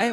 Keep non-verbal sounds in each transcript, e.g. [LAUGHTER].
哎，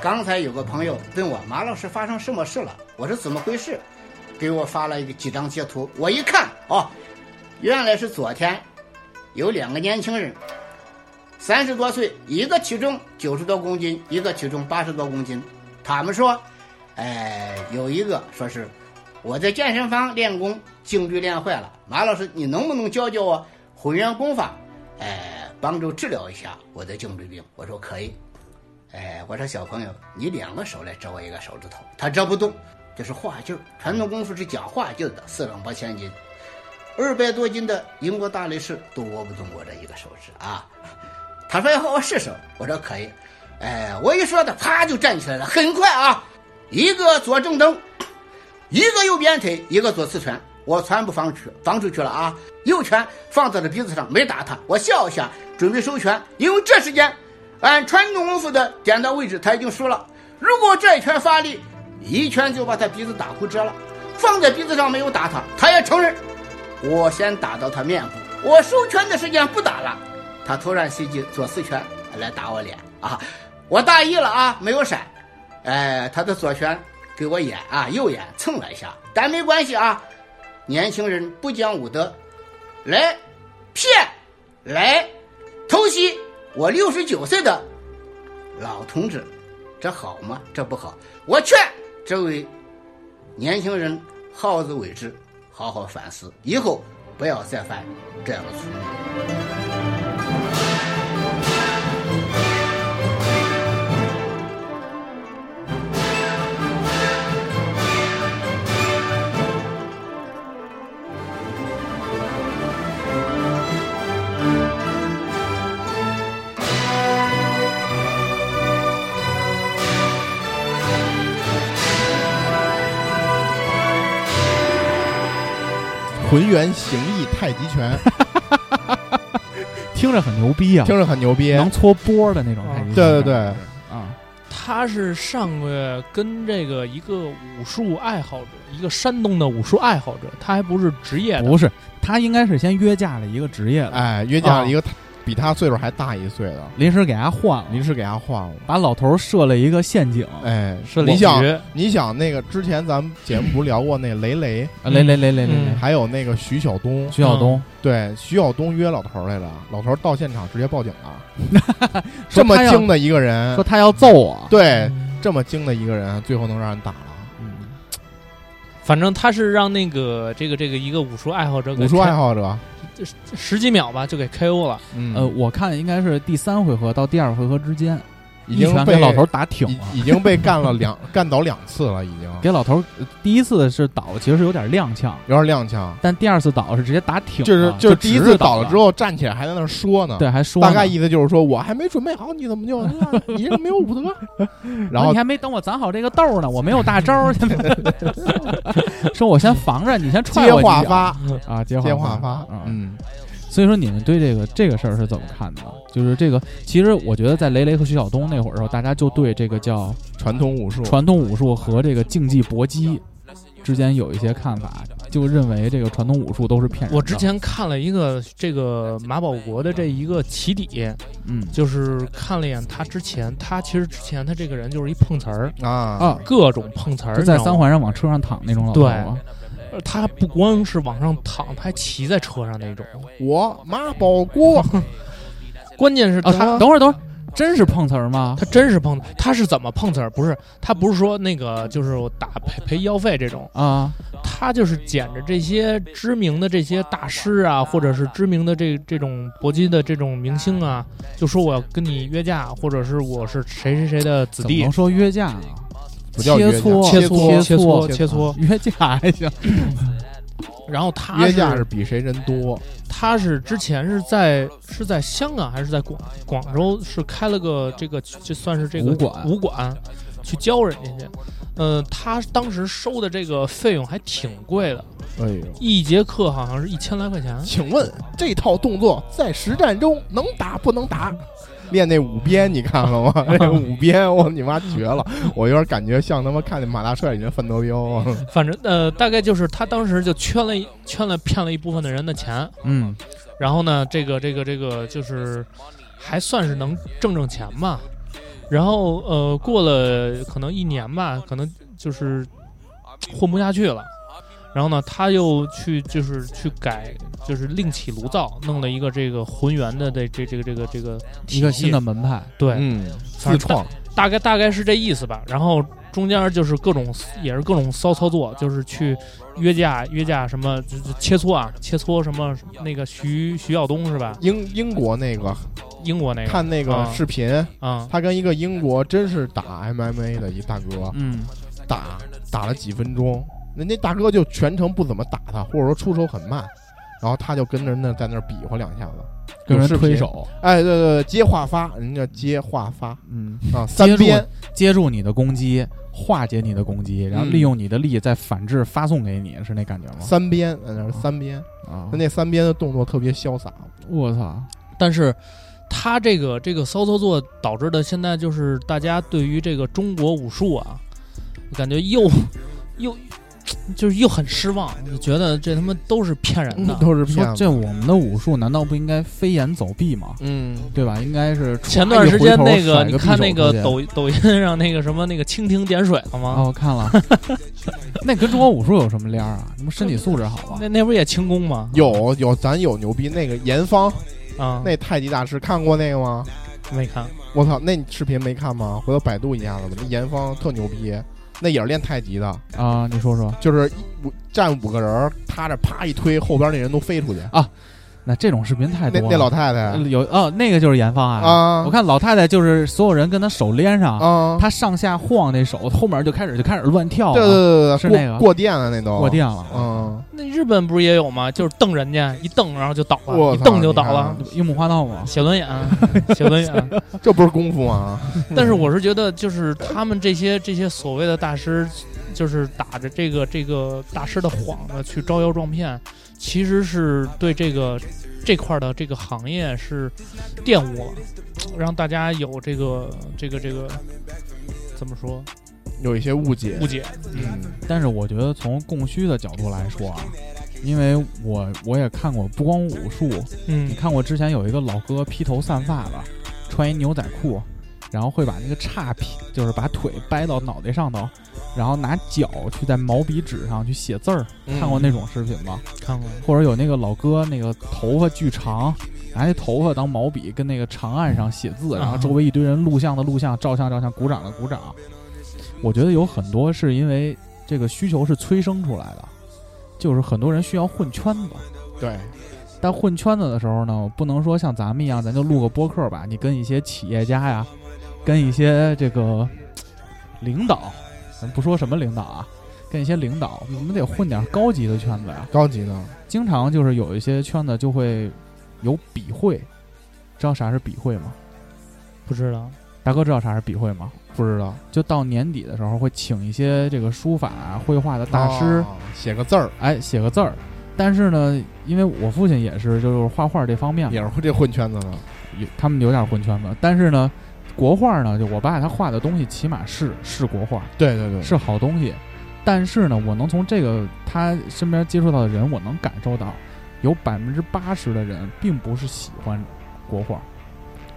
刚才有个朋友问我马老师发生什么事了，我说怎么回事，给我发了一个几张截图，我一看哦，原来是昨天有两个年轻人，三十多岁，一个体重九十多公斤，一个体重八十多公斤，他们说，哎，有一个说是我在健身房练功，颈椎练坏了，马老师你能不能教教我混元功法，哎，帮助治疗一下我的颈椎病？我说可以。哎，我说小朋友，你两个手来折我一个手指头，他折不动，这是画劲儿。传统功夫是讲画劲儿的，四两拨千斤，二百多斤的英国大力士都握不动我这一个手指啊。 [LAUGHS] 他说要和我试试，我说可以。哎，我一说他啪就站起来了，很快啊，一个左正蹬，一个右鞭腿，一个左刺拳，我全部防出防出去了啊！右拳放在了鼻子上，没打他，我笑一下，准备收拳，因为这时间按传统功夫的点到为止，他已经输了。如果这一拳发力，一拳就把他鼻子打骨折了。放在鼻子上没有打他，他也承认，我先打到他面部，我收拳的时间不打了，他突然袭击左四拳来打我脸啊！我大意了啊，没有闪，哎，他的左拳给我眼啊，右眼蹭了一下，但没关系啊。年轻人不讲武德，来骗，来偷袭我六十九岁的老同志，这好吗？这不好。我劝这位年轻人好自为之，好好反思，以后不要再犯这样的错误。浑元形意太 [LAUGHS] 极拳，听着很牛逼啊，听着很牛逼。能搓波的那种太极拳。对对对，啊，他是上个月跟这个一个武术爱好者，一个山东的武术爱好者，他还不是职业的，不是，他应该是先约架了一个职业的，哎，约架啊了一个比他岁数还大一岁的，临时给他换了，临时给他换了。把老头设了一个陷阱。哎，是你李想，局。你想那个之前咱们节目不是聊过那雷雷，啊来来来来来嗯来，还有那个徐晓东，徐晓东对，徐晓东约老头儿来了，老头儿到现场直接报警 [LAUGHS] 了。这么精的一个人说，他要揍我，对，这么精的一个人，最后能让人打了。嗯反正他是让那个这个这个一个武术爱好者给武术爱开好者，十几秒吧就给 KO 了，嗯，呃，我看应该是第三回合到第二回合之间，已一经拳被给老头打挺了。已已经被干了两干倒两次了，已经给老头呃第一次是倒，其实有点踉跄，有点踉跄。但第二次倒是直接打挺了，就是啊就是第一次倒了了之，后站起来还在那儿说呢，对，还说大概呢意思就是说我还没准备好，你怎么就啊你这没有武德？然啊后你还没等我攒好这个豆呢，我没有大招 [LAUGHS] 儿， [LAUGHS] 说我先防着你，先踹接我几话脚发，啊，接接话话发，嗯。嗯，所以说你们对这个这个事儿是怎么看的？就是这个，其实我觉得在雷雷和徐晓东那会儿的时候，大家就对这个叫传统武术，传统武术和这个竞技搏击之间有一些看法，就认为这个传统武术都是骗人的。我之前看了一个这个马保国的这一个起底，嗯就是看了一眼他之前，他其实之前他这个人就是一碰瓷儿，啊啊，各种碰瓷儿，就在你知道三吗环上往车上躺那种老头儿啊。呃他还不光是往上躺，他还骑在车上那种。我妈宝锅，关键是啊，他、等会儿等会儿，真是碰瓷儿吗？他真是碰，他是怎么碰瓷儿？不是他不是说那个就是我打赔赔医药费这种，啊，他就是捡着这些知名的这些大师啊，或者是知名的这这种搏击的这种明星啊，就说我要跟你约架，或者是我是谁谁谁的子怎么弟能，说约架啊？不叫切约架磋切磋切磋磋切磋切磋，约架还行，然后他约架是是比谁人多，他是之前是在是在香港还是在广广州是开了个这个就算是这个武馆武馆去教人家去，嗯、他当时收的这个费用还挺贵的，哎呦。一节课好像是一千来块钱。请问这套动作在实战中能打不能打？练那五鞭，你看了吗？ [LAUGHS] 那五鞭，我你妈绝了！我有点感觉像他妈看那马大帅里的范德彪。啊反正呃，大概就是他当时就圈了一圈了骗了一部分的人的钱，嗯，然后呢，这个这个这个就是还算是能挣挣钱吧。然后呃，过了可能一年吧，可能就是混不下去了。然后呢，他又去就是去改，就是另起炉灶，弄了一个这个浑圆的这这这个这个这个体一个新系的门派，对，嗯，自反正创大概大概是这意思吧。然后中间就是各种也是各种骚操作，就是去约架约架什么，就是切磋啊，切磋什么那个徐徐耀东是吧？英英国那个，英国那个看那个啊视频，啊、他跟一个英国真是打 MMA 的一大哥嗯，打打了几分钟，人家大哥就全程不怎么打他，或者说出手很慢，然后他就跟着那在那儿比划两下子。跟人有视频推手，哎，对对对，接话发，人家接话发嗯，啊，三鞭接住你的攻击，化解你的攻击，然后嗯利用你的力再反制发送给你，是那感觉吗？三鞭，呃那是三鞭，啊他，那三鞭的动作特别潇洒。我操，但是他这个这个骚操作导致的，现在就是大家对于这个中国武术啊，感觉又又就是又很失望，就觉得这他妈都是骗人的。都是说骗子。这我们的武术难道不应该飞檐走壁吗？嗯，对吧？应该是前段时间那个，你看那个个抖抖音上那个什么那个蜻蜓点水了吗？啊，我看了， [LAUGHS] 那跟中国武术有什么联儿啊？你们身体素质好啊？那那不是也轻功吗？有有，咱有牛逼那个严芳啊，那太极大师看过那个吗？没看我操，那视频没看吗？回头百度一下子吧。那严芳特牛逼，那也是练太极的，啊，你说说，就是一五站五个人儿，他这啪一推，后边那人都飞出去。那这种视频太那多了。那老太太有哦，那个就是严芳啊。啊，我看老太太就是所有人跟她手连上，啊，她上下晃那手，后面就开始就开始乱跳啊，对对对对是对，过那个过电了那都过。电了。嗯，那日本不是也有吗？就是瞪人家一瞪，然后就倒了，我一操瞪就倒了你。樱木花道嘛，写轮眼，啊写 [LAUGHS] 轮眼。啊这不是功夫吗？但是我是觉得，就是他们这些这些所谓的大师，就是打着这个这个大师的幌子去招摇撞骗，其实是对这个这块的这个行业是玷污了，让大家有这个这个这个怎么说有一些误解误。解？嗯，但是我觉得从供需的角度来说啊，因为我我也看过，不光武术，你嗯看过之前有一个老哥披头散发的，穿一牛仔裤，然后会把那个叉劈，就是把腿掰到脑袋上头，然后拿脚去在毛笔纸上去写字儿。嗯看嗯过那种视频吗？看过或者有那个老哥那个头发巨长，拿那头发当毛笔跟那个长按上写字，然后周围一堆人录像的录像，照相照相，鼓掌的鼓掌。我觉得有很多是因为这个需求是催生出来的，就是很多人需要混圈子。对，但混圈子的时候呢，不能说像咱们一样，咱就录个播客吧。你跟一些企业家呀，跟一些这个领导，咱不说什么领导啊，跟一些领导，我们得混点高级的圈子呀。高级呢。经常就是有一些圈子就会有笔会，知道啥是笔会吗？不知道？大哥知道啥是笔会吗？不知道就到年底的时候会请一些这个书法啊、绘画的大师，哦写个字儿哎，写个字儿。但是呢，因为我父亲也是就是画画这方面嘛也是会这混圈子的。有他们有点混圈子，但是呢，国画呢，就我爸他画的东西，起码是是国画，对对对，是好东西。但是呢，我能从这个他身边接触到的人，我能感受到，有百分之八十的人并不是喜欢国画，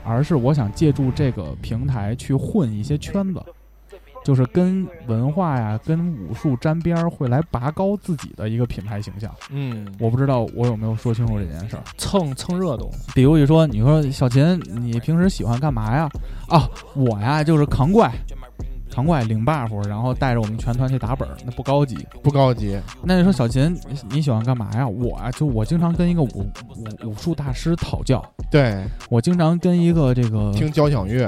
而是我想借助这个平台去混一些圈子。就是跟文化呀、跟武术沾边儿，会来拔高自己的一个品牌形象。嗯，我不知道我有没有说清楚这件事儿。蹭蹭热度，比如你说，你说小秦，你平时喜欢干嘛呀？啊，我呀就是扛怪，扛怪领 buff，然后带着我们全团去打本儿，那不高级。不高级，那你说小秦，你你喜欢干嘛呀？我啊，就我经常跟一个武武武术大师讨教，对，我经常跟一个这个听交响乐，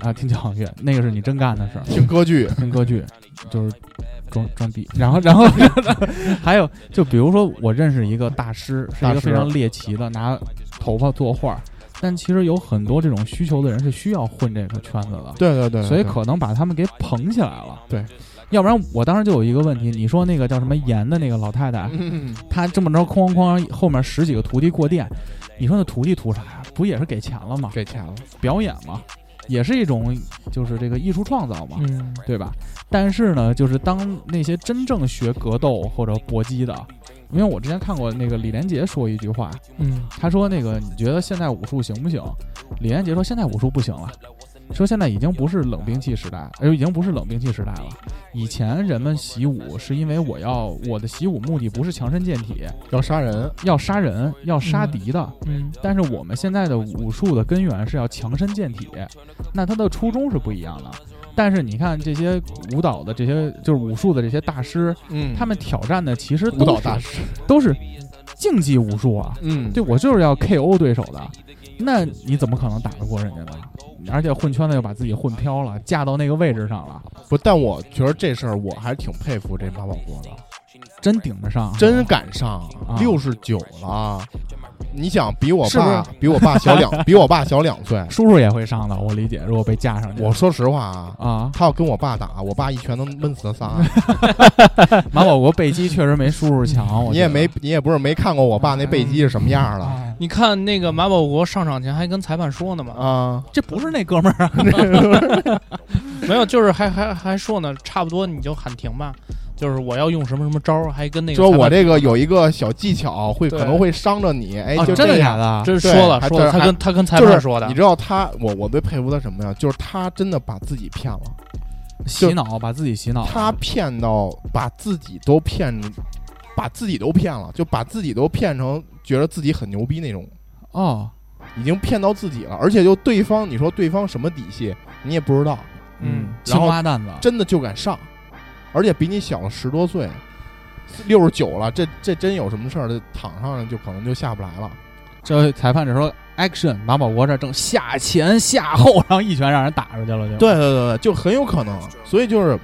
啊听交响乐，那个是你真干的事儿。听歌剧，听歌剧，就是装装逼。然后，然后，然后还有，就比如说，我认识一个大师，是一大个师非常猎奇的，拿头发作画。但其实有很多这种需求的人是需要混这个圈子的，对对对，所以对可能把他们给捧起来了。对，要不然我当时就有一个问题，你说那个叫什么严的那个老太太，嗯她这么着哐哐哐，后面十几个徒弟过店，你说那徒弟图啥呀？不也是给钱了吗？给钱了，表演嘛，也是一种就是这个艺术创造嘛。嗯，对吧？但是呢，就是当那些真正学格斗或者搏击的，因为我之前看过那个李连杰说一句话，嗯，他说那个你觉得现代武术行不行？李连杰说现代武术不行了，说现在已经不是冷兵器时代了，呃，已经不是冷兵器时代了。以前人们习武是因为我要我的习武目的不是强身健体，要杀人，要杀人，要杀嗯敌的。嗯，但是我们现在的武术的根源是要强身健体，那它的初衷是不一样的。但是你看这些舞蹈的这些就是武术的这些大师，嗯他们挑战的其实都 [LAUGHS] 舞蹈是大师，都是竞技武术啊，嗯，对我就是要 KO 对手的，那你怎么可能打得过人家呢？而且混圈子又把自己混飘了，架到那个位置上了，不，但我觉得这事儿我还挺佩服这马保国的，真顶得上，嗯真敢上啊，六十九了。你想比我是不爸是比我爸小两比我爸小两岁，叔叔也会上的，我理解。如果被架上去，我说实话啊，啊，他要跟我爸打，我爸一拳能闷死他 [LAUGHS] 仨。马保国背肌确实没叔叔强，我你觉也得没你也不是没看过我爸那背肌是什么样 [LAUGHS] 的哎你看那个马保国上场前还跟裁判说呢嘛，啊？这不是那哥们儿啊， [LAUGHS] 没有，就是还还还说呢，差不多你就喊停吧，就是我要用什么什么招儿，还跟那个说裁判我这个有一个小技巧，会对哦可能会伤着你。哎，就哦真的这假样。的？这对说了还说了，这他还跟他跟裁就是判说的你，知道他，我我最佩服他什么呀？就是他真的把自己骗了，洗脑，把自己洗脑了。他骗到把自己都骗，把自己都骗了，就把自己都骗成觉得自己很牛逼那种，哦，已经骗到自己了。而且就对方，你说对方什么底细，你也不知道，嗯青然后蛙蛋子，真的就敢上，而且比你小了十多岁，六十九了，这这真有什么事儿，这躺上了就可能就下不来了。这裁判这时候 action，马保国这正下前下后，然后一拳让人打出去了，就对对对，对就很有可能。所以就是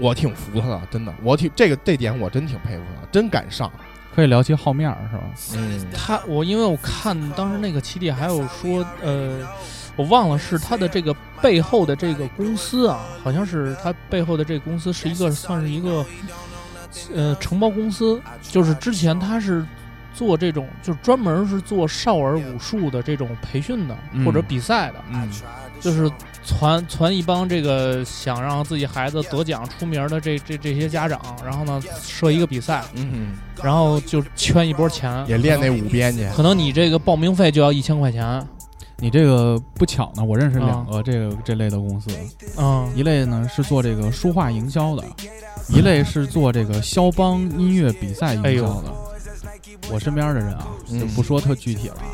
我挺服他的，真的，我挺这个这点我真挺佩服他，真敢上。可以聊起好面儿是吧？嗯，他我因为我看当时那个七弟还有说，呃，我忘了是他的这个背后的这个公司啊，好像是他背后的这个公司是一个算是一个呃承包公司，就是之前他是做这种就是专门是做少儿武术的这种培训的嗯或者比赛的，嗯，就是传传一帮这个想让自己孩子得奖出名的这这这些家长，然后呢设一个比赛，嗯，然后就圈一波钱，也练那五鞭去。可能你这个报名费就要一千块钱，你这个不巧呢，我认识嗯啊两个这个这类的公司，嗯，一类呢是做这个书画营销的，一类是做这个肖邦音乐比赛营哎呦销的。我身边的人啊，就嗯不说特具体了啊，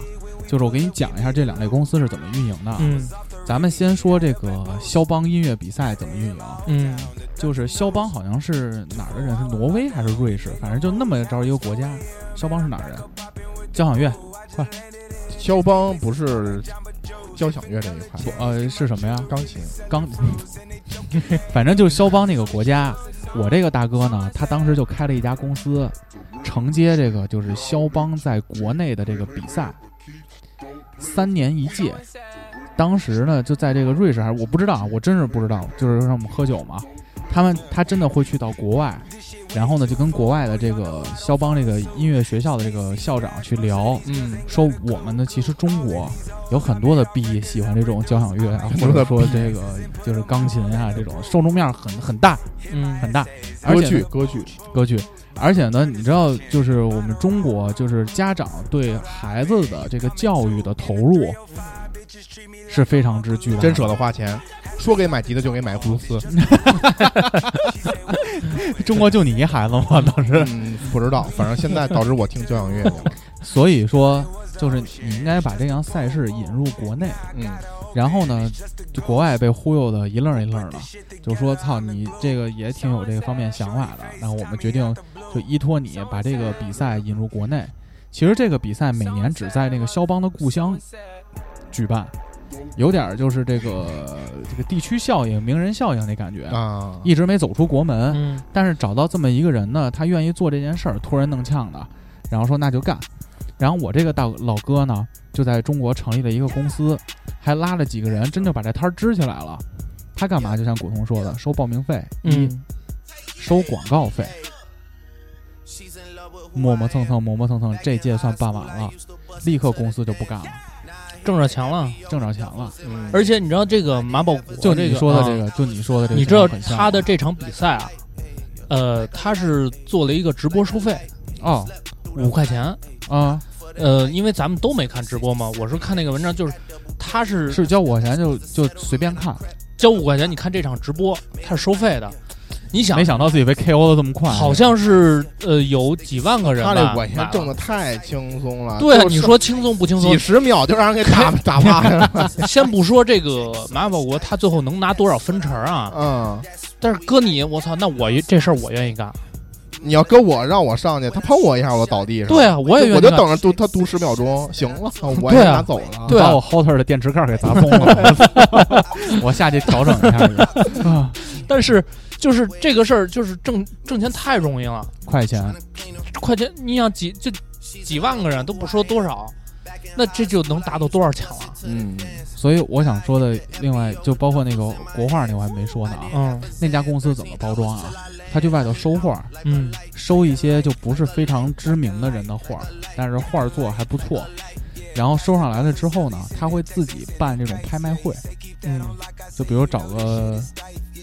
就是我给你讲一下这两类公司是怎么运营的。啊嗯咱们先说这个肖邦音乐比赛怎么运营，嗯就是肖邦好像是哪儿的人，是挪威还是瑞士，反正就那么着一个国家。肖邦是哪儿人？交响乐肖邦不是交响乐这一不块，呃是什么呀？钢琴。钢， [LAUGHS] 反正就是肖邦那个国家。我这个大哥呢，他当时就开了一家公司，承接这个就是肖邦在国内的这个比赛，三年一届。当时呢，就在这个瑞士还是我不知道，啊我真是不知道，就是让我们喝酒嘛。他们他真的会去到国外，然后呢就跟国外的这个肖邦这个音乐学校的这个校长去聊，嗯说我们呢，其实中国有很多的逼喜欢这种交响乐啊，或者说这个就是钢琴啊这种受众面儿很很大嗯很大，而歌且剧，呢歌剧，歌剧，而且呢，你知道，就是我们中国就是家长对孩子的这个教育的投入是非常之巨大的，真舍得花钱。说给买吉的就给买葫芦丝， [LAUGHS] 中国就你一孩子吗？当时，嗯， [LAUGHS] 不知道，反正现在导致我听交响乐去 [LAUGHS] 了，所以说就是你应该把这样赛事引入国内，嗯，然后呢，就国外被忽悠的一愣儿一愣儿的，就说操你这个也挺有这个方面想法的，然后我们决定就依托你把这个比赛引入国内。其实这个比赛每年只在那个肖邦的故乡举办，有点儿就是这个这个地区效应、名人效应那感觉，啊，一直没走出国门。嗯，但是找到这么一个人呢，他愿意做这件事儿，托人弄呛的，然后说那就干。然后我这个大老哥呢，就在中国成立了一个公司，还拉了几个人，真就把这摊儿支起来了。他干嘛？就像古潼说的，收报名费，一、嗯收广告费，磨磨蹭蹭，磨磨蹭蹭，这届算办完了，立刻公司就不干了，挣着钱了。挣着钱了。嗯而且你知道这个马保国，就这你个说的这啊个，就你说的这个你情知道况很像，他的这场比赛啊，呃，他是做了一个直播收费，哦五块钱。啊，呃，因为咱们都没看直播嘛，我是看那个文章，就是他是是交五块钱就就随便看，交五块钱，你看这场直播，他是收费的。你想没，想到自己被 KO 的这么快，好像是呃有几万个人他吧，这五块钱买了挣的太轻松了，对啊，就是你说轻松不轻松几？十秒就让人给打打趴下 [LAUGHS] 了，先不说这个马保国他最后能拿多少分成啊，嗯，但是搁你，我操，那我也这事儿我愿意干。你要搁我让我上去，他碰我一下我倒地上，对啊，我也愿意我就干等着读他读十秒钟，行了，我也 [LAUGHS] 对啊拿走了，对啊把我 halter 的电池盖给砸松了， [LAUGHS] 我下去调整一下去啊，但是就是这个事儿，就是挣挣钱太容易了，快钱，快钱你想几就几万个人都不说多少，那这就能达到多少钱了？嗯，所以我想说的，另外就包括那个国画那我还没说呢啊，嗯那家公司怎么包装啊？他去外头收画，嗯收一些就不是非常知名的人的画，但是画做还不错。然后收上来了之后呢，他会自己办这种拍卖会，嗯就比如找个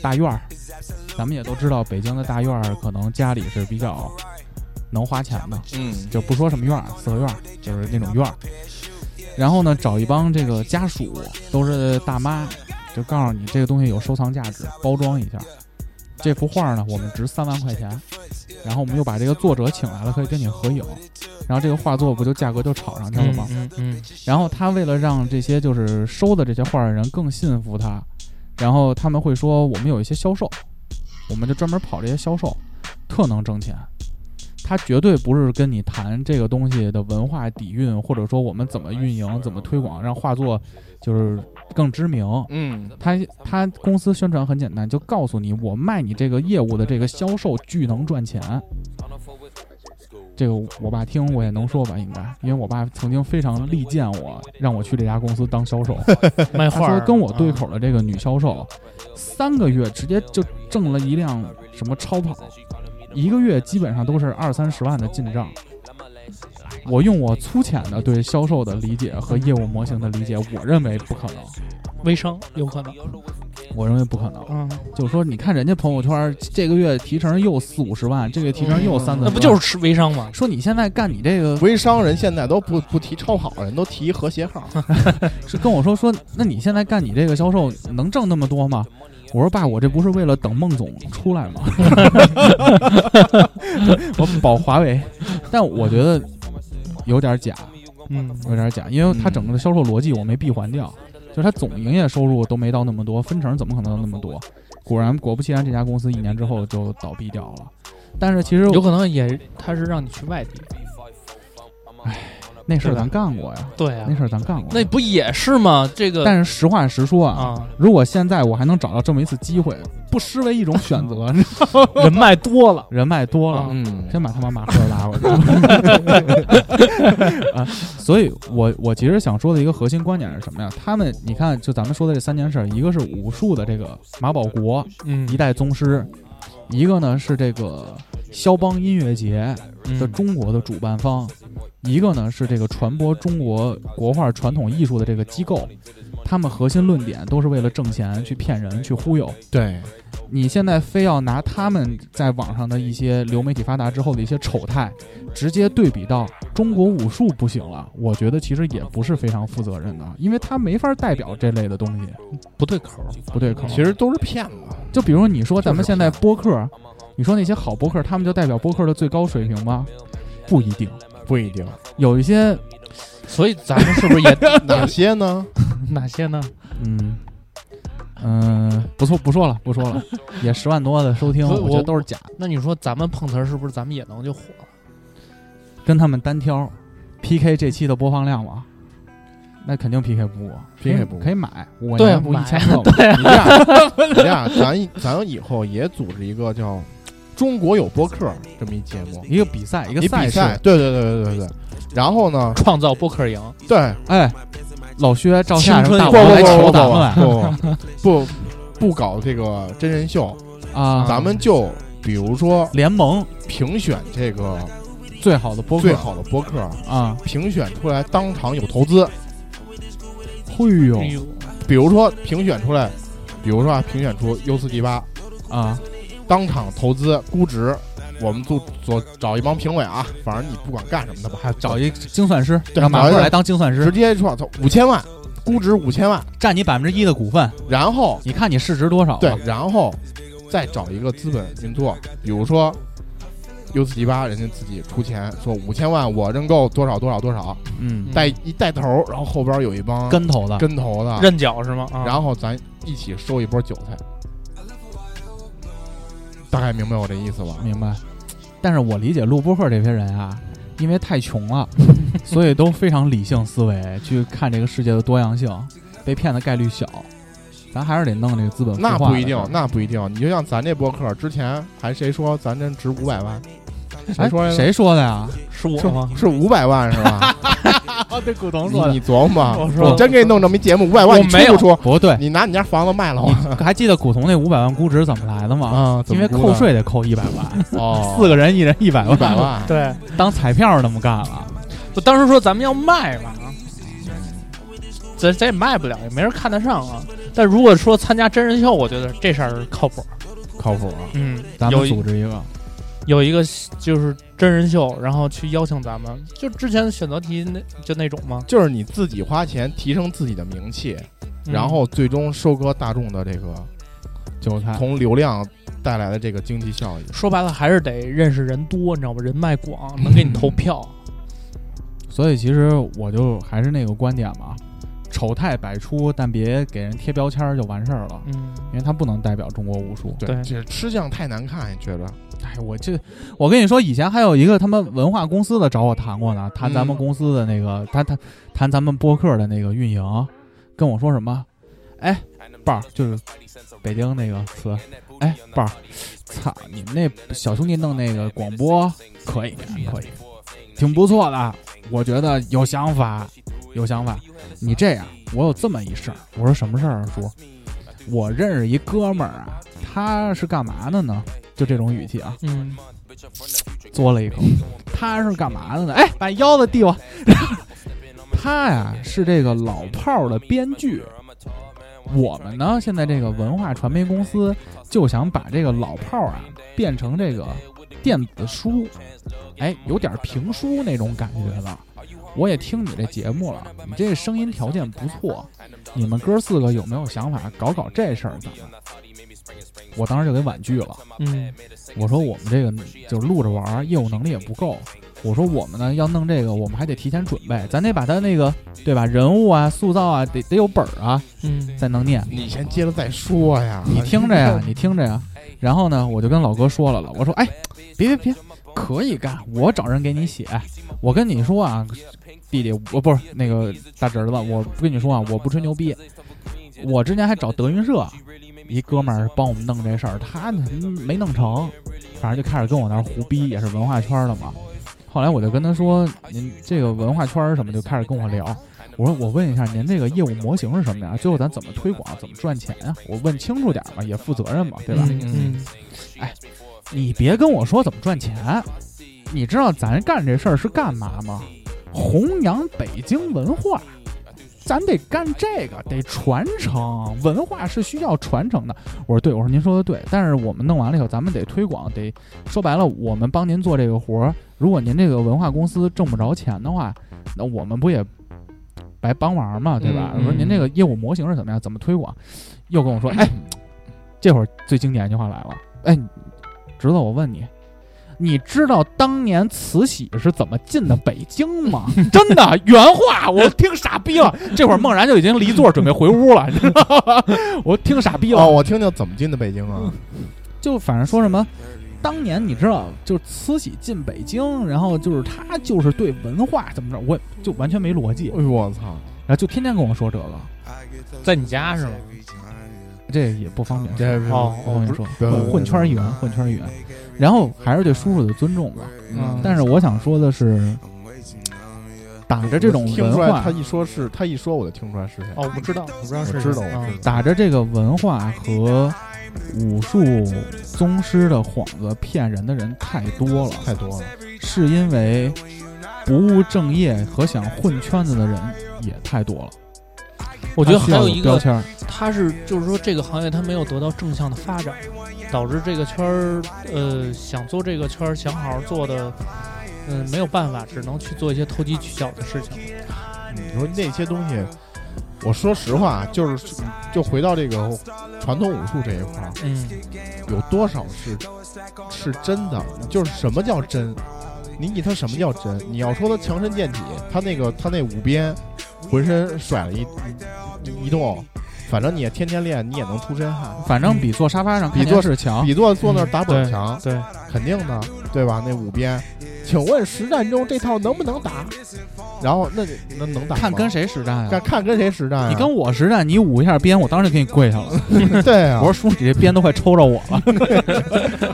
大院儿，咱们也都知道北京的大院儿可能家里是比较能花钱的，嗯，就不说什么院儿，四合院儿，就是那种院儿。然后呢，找一帮这个家属都是大妈，就告诉你这个东西有收藏价值，包装一下。这幅画呢，我们值三万块钱，然后我们又把这个作者请来了，可以跟你合影，然后这个画作不就价格就炒上去了吗？嗯嗯然后他为了让这些就是收的这些画的人更信服他，然后他们会说我们有一些销售，我们就专门跑这些销售，特能挣钱。他绝对不是跟你谈这个东西的文化底蕴，或者说我们怎么运营、怎么推广，让画作就是更知名。嗯，他他公司宣传很简单，就告诉你我卖你这个业务的这个销售巨能赚钱。这个我爸听我也能说吧，应该，因为我爸曾经非常力荐我，让我去这家公司当销售。嗯，卖他画说儿啊嗯跟我对口的这个女销售，三个月直接就挣了一辆什么超跑，一个月基本上都是二三十万的进账。我用我粗浅的对销售的理解和业务模型的理解，我认为不可能，嗯微商有可能，我认为不可能。嗯，就说你看人家朋友圈，这个月提成又四五十万，这个月提成又三四十万，那不就是吃微商吗？说你现在干你这个，微商人现在都不不提超跑，人都提和谐 [LAUGHS] 号，是跟我说说，那你现在干你这个销售能挣那么多吗？我说爸，我这不是为了等孟总出来吗？ [LAUGHS] 我保华为，但我觉得有点假，嗯有点假，因为它整个的销售逻辑我没闭环掉，就是它总营业收入都没到那么多，分成怎么可能到那么多？果然，果不其然，这家公司一年之后就倒闭掉了。但是其实有可能也他是让你去外地，那事儿对吧咱干过呀，对啊那，事儿咱干过。那不也是吗？这个但是实话实说啊，啊，如果现在我还能找到这么一次机会，不失为一种选 [LAUGHS] 择。人脉多了，啊人脉多了，嗯先把他妈马赫拉过去。 [LAUGHS] 啊，所以我我其实想说的一个核心观点是什么呀？他们你看，就咱们说的这三件事儿，一个是武术的这个马保国嗯一代宗师，一个呢是这个肖邦音乐节嗯的中国的主办方，一个呢是这个传播中国国画传统艺术的这个机构，他们核心论点都是为了挣钱去骗人去忽悠。对，你现在非要拿他们在网上的一些流媒体发达之后的一些丑态，直接对比到中国武术不行了，我觉得其实也不是非常负责任的，因为他没法代表这类的东西，不对口儿，不对口。其实都是骗子。 [LAUGHS] 就比如说你说咱们现在播客，你说那些好播客，他们就代表播客的最高水平吗？不一定，不一定，有一些，所以咱们是不是也哪些 [LAUGHS] 呢？哪些呢？嗯。嗯、不错，不说了，不说了，也十万多的收听，所以我我觉得都是假的，那你说咱们碰瓷儿是不是咱们也能就火了？跟他们单挑，PK 这期的播放量嘛，那肯定 PK 不过 PK 可以不过可以买，五对年不买一千个吗？你这样，你这样，哎咱咱以后也组织一个叫“中国有播客”这么一节目，一个比赛，一个一赛比事，赛。对对对对对对。然后呢，创造播客营，对，哎，老薛、赵夏什青春么大不王来不求咱们来不不不不搞这个真人秀，啊！咱们就比如说联盟评选这个最好的播最客好的播客，啊，评选出来当场有投资。会哟哎呦比如说评选出来，比如说啊，评选出 U 四 D 八，啊，当场投资估值，我们就做找一帮评委啊，反正你不管干什么的吧，还找一精算师，对让马找一克个来当精算直师，接说操五千万，估值五千万，占你百分之一的股份，然后你看你市值多少吧？啊对，然后再找一个资本运作，比如说 U 四 D 八，人家自己出钱说五千万，我认购多少多少多少，嗯，带一带头，然后后边有一帮跟头的，跟头的，认脚是吗？啊，然后咱一起收一波韭菜。大概明白我这意思吧？明白。但是我理解录播客这些人啊，因为太穷 [LAUGHS] 了，所以都非常理性思维去看这个世界的多样性，被骗的概率小。咱还是得弄这个资本那孵化不的一定事儿，那不一定。你就像咱这播客，之前还谁说咱这值五百万？谁哎说谁说的 [LAUGHS] 呀？是我吗是？是五百万 [LAUGHS] 是吧？啊，对，古你董你琢磨我，说我真给你弄这么一节目，五百万我你出没有不出？不对，你拿你家房子卖了我你还记得古潼那五百万估值怎么来的吗？啊？怎因么为估扣的税得扣一百万，哦，四个人一人一百一万，百万，对，当彩票那么干了。我当时说咱们要卖嘛，咱咱也卖不了，也没人看得上啊。但如果说参加真人秀，我觉得这事儿靠谱。靠谱 [LAUGHS] 啊！嗯，咱有们一组织一个，有一个就是真人秀，然后去邀请咱们，就之前选择题那就那种嘛。就是你自己花钱提升自己的名气，嗯然后最终收割大众的这个韭菜从流量带来的这个经济效益。说白了还是得认识人多，你知道吗？人脉广，能给你投票。所以其实我就还是那个观点嘛，丑态百出，但别给人贴标签儿就完事儿了，嗯，因为它不能代表中国武术。对这吃相太难看，你觉得？哎，我这，我跟你说，以前还有一个他们文化公司的找我谈过呢，谈咱们嗯公司的那个，他谈谈咱们播客的那个运营，跟我说什么？哎，伴儿就是北京那个词，哎，伴儿，操，你们那小兄弟弄那个广播可以，可以，挺不错的，我觉得有想法，有想法。你这样，我有这么一事儿，我说什么事儿啊，叔？我认识一哥们儿啊，他是干嘛的呢？就这种语气啊，嗯，嘬了一口。他是干嘛的呢？哎，把腰子递我。 [LAUGHS] 他呀是这个老炮儿的编剧。我们呢，现在这个文化传媒公司就想把这个老炮儿啊变成这个电子书，哎，有点评书那种感觉了。我也听你这节目了，你这声音条件不错，你们哥四个有没有想法搞搞这事儿？咱们，我当时就给婉拒了。嗯，我说我们这个就录着玩儿，业务能力也不够。我说我们呢要弄这个，我们还得提前准备，咱得把他那个对吧人物啊、塑造啊，得得有本儿啊，嗯，才能念。你先接着再说呀。你听着嗯呀，你听着呀。然后呢，我就跟老哥说了了，我说哎，别别别，可以干，我找人给你写。我跟你说啊，弟弟，我不是那个大侄子，我跟你说啊，我不吹牛逼，我之前还找德云社一哥们儿帮我们弄这事儿，他呢没弄成，反正就开始跟我那儿胡逼，也是文化圈的嘛。后来我就跟他说，您这个文化圈儿什么，就开始跟我聊。我说我问一下，您这个业务模型是什么呀？最后咱怎么推广，怎么赚钱呀？我问清楚点儿嘛，也负责任嘛，对吧？嗯嗯，你别跟我说怎么赚钱，你知道咱干这事儿是干嘛吗？弘扬北京文化。咱得干这个，得传承文化是需要传承的。我说对，我说您说的对，但是我们弄完了以后，咱们得推广，得说白了，我们帮您做这个活儿，如果您这个文化公司挣不着钱的话，那我们不也白帮忙嘛，对吧？嗯我说您这个业务模型是怎么样，怎么推广？又跟我说，哎，这会儿最经典一句话来了，哎，侄子，我问你。你知道当年慈禧是怎么进的北京吗？ [LAUGHS] 真的原话，我听傻逼了。这会儿孟然就已经离座准备回屋了，你知道吗？ [LAUGHS] 我听傻逼了。 [LAUGHS] 哦，我听听怎么进的 [LAUGHS] 北京啊？就反正说什么，当年你知道，就是慈禧进北京，然后就是他就是对文化怎么着，我就完全没逻辑，哎呦我操！然后就天天跟我说这个，在你家是吗？这也不方便说。这是哦我跟你哦，说，对对对混圈儿一元，混圈儿一元，然后还是对叔叔的尊重吧。嗯但是我想说的是，打着这种听文出来，化他，一说是他一说，我就听出来是谁。哦，我知道，我不知道是我谁知道，嗯我知道。打着这个文化和武术宗师的幌子骗人的人太多了，太多了，是因为不务正业和想混圈子的人也太多了。我觉得他需还要有有一标个，嗯签儿，他是就是说这个行业它没有得到正向的发展，导致这个圈儿，呃，想做这个圈儿想好好做的，嗯、没有办法，只能去做一些投机取巧的事情。你说那些东西，我说实话，就是就回到这个传统武术这一块儿，嗯，有多少是是真的？就是什么叫真？你以他什么叫真？你要说他强身健体，他那个他那五鞭，浑身甩了一一一动，反正你也天天练，你也能出身汗。反正比坐沙发上看比电坐视强。比坐坐那儿嗯打盹儿强，对，肯定的，对吧？那五鞭，请问实战中这套能不能打？然后那那能打吗看跟谁实战呀？看看跟谁实战啊、你跟我实战，你舞一下鞭，我当时就给你跪下了。 [LAUGHS] 对 [LAUGHS] 啊，我说叔，你这鞭都快抽着我 [LAUGHS] 了，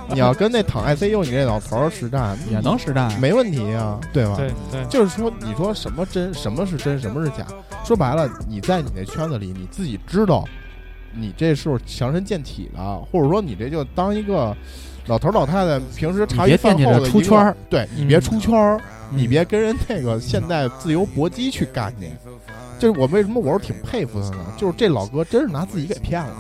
你要跟那躺 ICU 你这老头儿实战也能实战啊。没问题啊，对吧？对对，就是说，你说什么真，什么是真，什么是假？说白了，你在你那圈子里，你自己知道，你这是强身健体了，或者说你这就当一个老头儿老太太，平时茶你余别饭惦记后着的出一个圈儿，对你嗯别出圈儿，你嗯别跟人那个现代自由搏击去干去。就是我为什么我是挺佩服他呢？就是这老哥真是拿自己给骗了，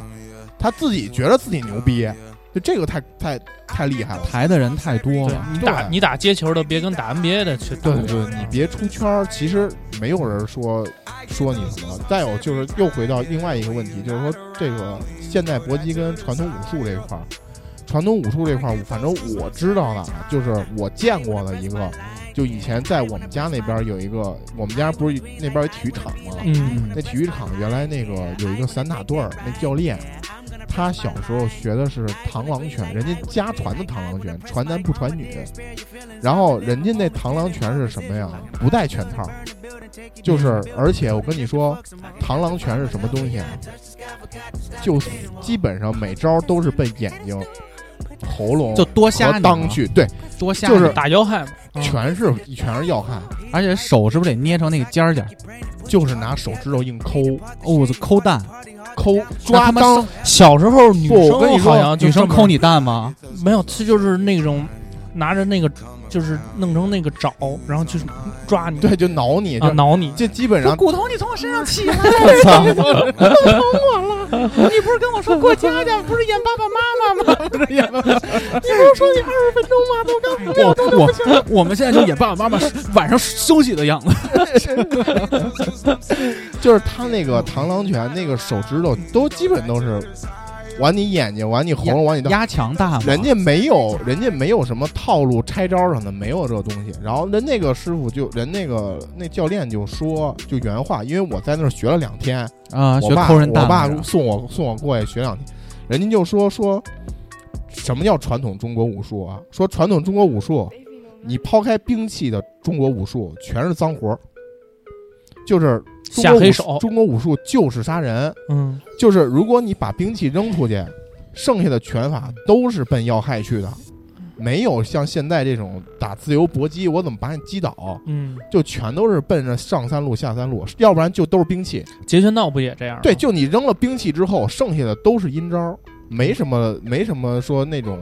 他自己觉得自己牛逼，就这个太太太厉害了。台的人太多对了，你打你打接球的，别跟打 NBA 的去打。对对，你别出圈儿。其实没有人说说你什么了。再有就是又回到另外一个问题，就是说这个现代搏击跟传统武术这一块儿，传统武术这块儿，反正我知道的啊，就是我见过的一个，就以前在我们家那边儿有一个，我们家不是那边儿有体育场吗？嗯，那体育场原来那个有一个散打队儿，那教练，他小时候学的是螳螂拳，人家家传的螳螂拳，传男不传女。然后人家那螳螂拳是什么呀？不带拳套，就是而且我跟你说，螳螂拳是什么东西啊？就基本上每招都是奔眼睛、喉咙就多瞎和你裆嘛去，对，多瞎就是你打要害嘛，嗯全是全是要害，而且手是不是得捏成那个尖儿尖儿？就是拿手指头硬抠哦，我就抠蛋，抠那抓他妈裆。小时候女不我跟你生说好像就女生这么抠你蛋吗？没有，他就是那种拿着那个就是弄成那个爪，然后就是抓你对，就挠你，就啊挠你。这基 [LAUGHS] 本上骨头你从我身上起来， [LAUGHS] 我操，你不是跟我说过家家，不是演爸爸妈妈吗？你不是说你二十分钟吗？都干 [LAUGHS] 我我我们现在就演爸爸妈妈晚上休息的样子。 [LAUGHS] 就是他那个螳螂拳，那个手指头都基本都是往你眼睛、往你喉咙、往你的。压强大嘛，人家没有，人家没有什么套路拆招什么的，没有这个东西。然后人那个师傅就人那个那教练就说就原话，因为我在那儿学了两天，啊我学爸抠人蛋嗯我爸来着，送我送我过去学两天，人家就说说什么叫传统中国武术啊？说传统中国武术，你抛开兵器的中国武术全是脏活儿，就是中国下黑武术手中国武术就是杀人，嗯，就是如果你把兵器扔出去，剩下的拳法都是奔要害去的。没有像现在这种打自由搏击，我怎么把你击倒？嗯，就全都是奔着上三路下三路，要不然就都是兵器。截拳道不也这样吗？对，就你扔了兵器之后，剩下的都是阴招，没什么没什么说那种，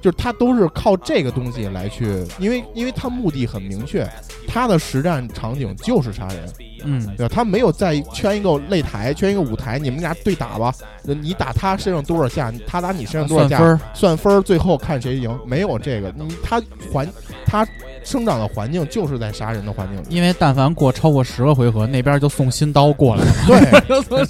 就是他都是靠这个东西来去，因为因为他目的很明确，他的实战场景就是杀人，嗯，对吧？他没有在圈一个擂台，圈一个舞台，你们俩对打吧，你打他身上多少下，他打你身上多少算下分，儿，算分儿，最后看谁赢，没有这个，你他环他生长的环境就是在杀人的环境 [LAUGHS] 里，因为但凡过超过十个回合，那边就送新刀过来 [LAUGHS] 了，对，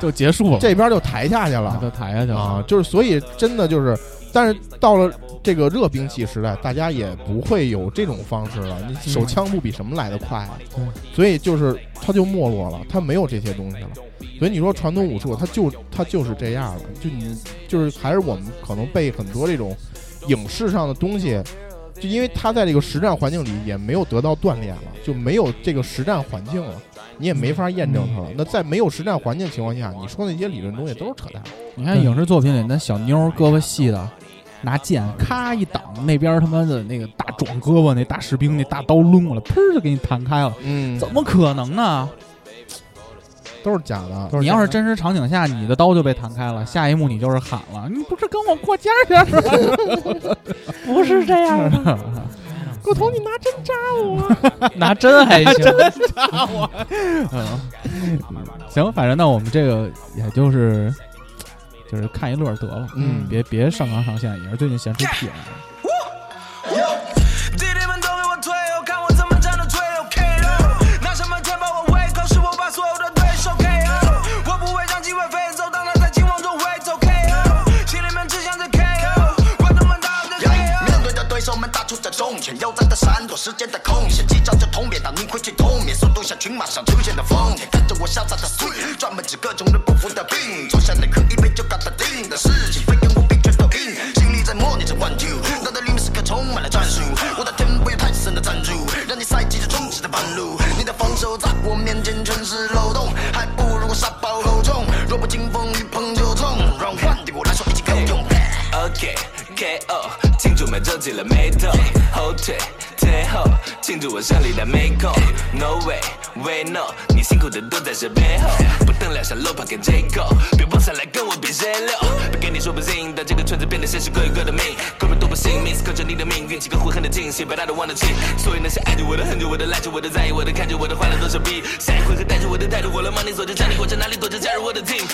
就结束了，这边就抬下去把了他抬下去啊了，，就是所以真的就是，但是到了这个热兵器时代，大家也不会有这种方式了，你手枪不比什么来的快啊嗯，所以就是它就没落了，它没有这些东西了。所以你说传统武术，它就它就是这样了，就你就是还是我们可能被很多这种影视上的东西，就因为它在这个实战环境里也没有得到锻炼了，就没有这个实战环境了，你也没法验证它了。那在没有实战环境情况下，你说那些理论东西都是扯淡。你看影视作品里那小妞儿胳膊细的，拿剑咔一挡，那边儿他妈的那个大壮胳膊那大士兵那大刀抡过来，砰儿就给你弹开了，嗯怎么可能呢？都是假的。你要是真实场景下，你的刀就被弹开了，下一幕你就是喊了，你不是跟我过家家吗？不是这样的，狗头，你拿针扎我。拿针还行，行，反正那我们这个也就是就是看一乐儿得了，嗯别别上纲上线，也是最近闲出屁来了。弟弟们都给我退后，看我怎么站着最后 KO。拿什么填饱我胃口？是我把所有的对手 KO。我不会让机会飞走，当它在惊慌中飞走 KO。心里面只想着 KO，观众们大喊着 KO。面对的对手们大出在重拳，腰斩的闪躲，时间的空闲，击掌就通便，当你挥去痛面，速度像群马上出现的风天，看着我潇洒的 swing，专门指各种人不服的病，坐下来可一杯就搞得定的事情，非跟我并全都硬，心里在默念着 one two，脑袋里面时刻充满了战术，我的天不由太深的赞助，让你赛季就终止的半路，你的防守在我面前全是漏洞，还不如我沙包厚重，弱不禁风一碰就痛，round one 对我来说已经够用。 OK KO，庆哦祝们皱起了眉头，后退退后，庆祝我胜利的没空。No way way no，你辛苦的都在这背后，不等两下漏盘跟 J 口，别妄想来跟我比谁溜，别跟你说不信，但这个圈子变得现实，各有各的命，哥们都不信，miss 靠着你的命，运气跟悔恨的劲，shit，but I don't wanna cheat。所以那些爱着我的、恨着我的、赖着我的、在意我的、看着我的、坏了都是逼。下一回合带着我的态度，我了吗？你走着站，你活着哪里躲着，加入我的 team。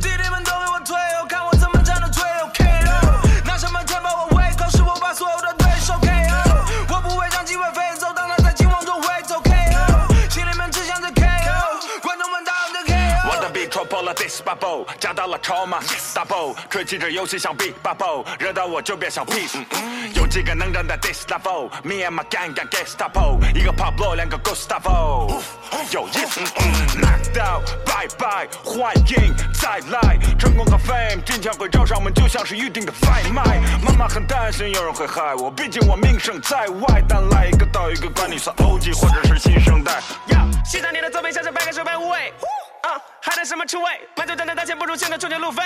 弟弟们都给我退后，看我怎么站着最后 KO。拿哦什么填饱我胃口？是我把所有的对手 KO。我不会让机会飞走，当他在惊慌中飞走 KO。心里面只想着 KO，观众们哦大喊着 KO。我的 B 戳破了第十八 b 加大了筹码 double，吹起这游戏像 B 八 b 惹到我就别想 peace。有几个能站在 this level？Me and my gang gang Gestapo，一个 Pablo，两个 Gustavo，有意思。Knocked out，拜拜，欢迎再来。成功和 fame，金钱会罩上门，就像是预定的外卖。妈妈很担心有人会害我，毕竟我名声在外。但来一个到一个，管你算 OG 或者是新生代。呀，欣赏你的作品像是半个手背无味，啊，还等什么出位？满足站的大钱不如现在充钱路费。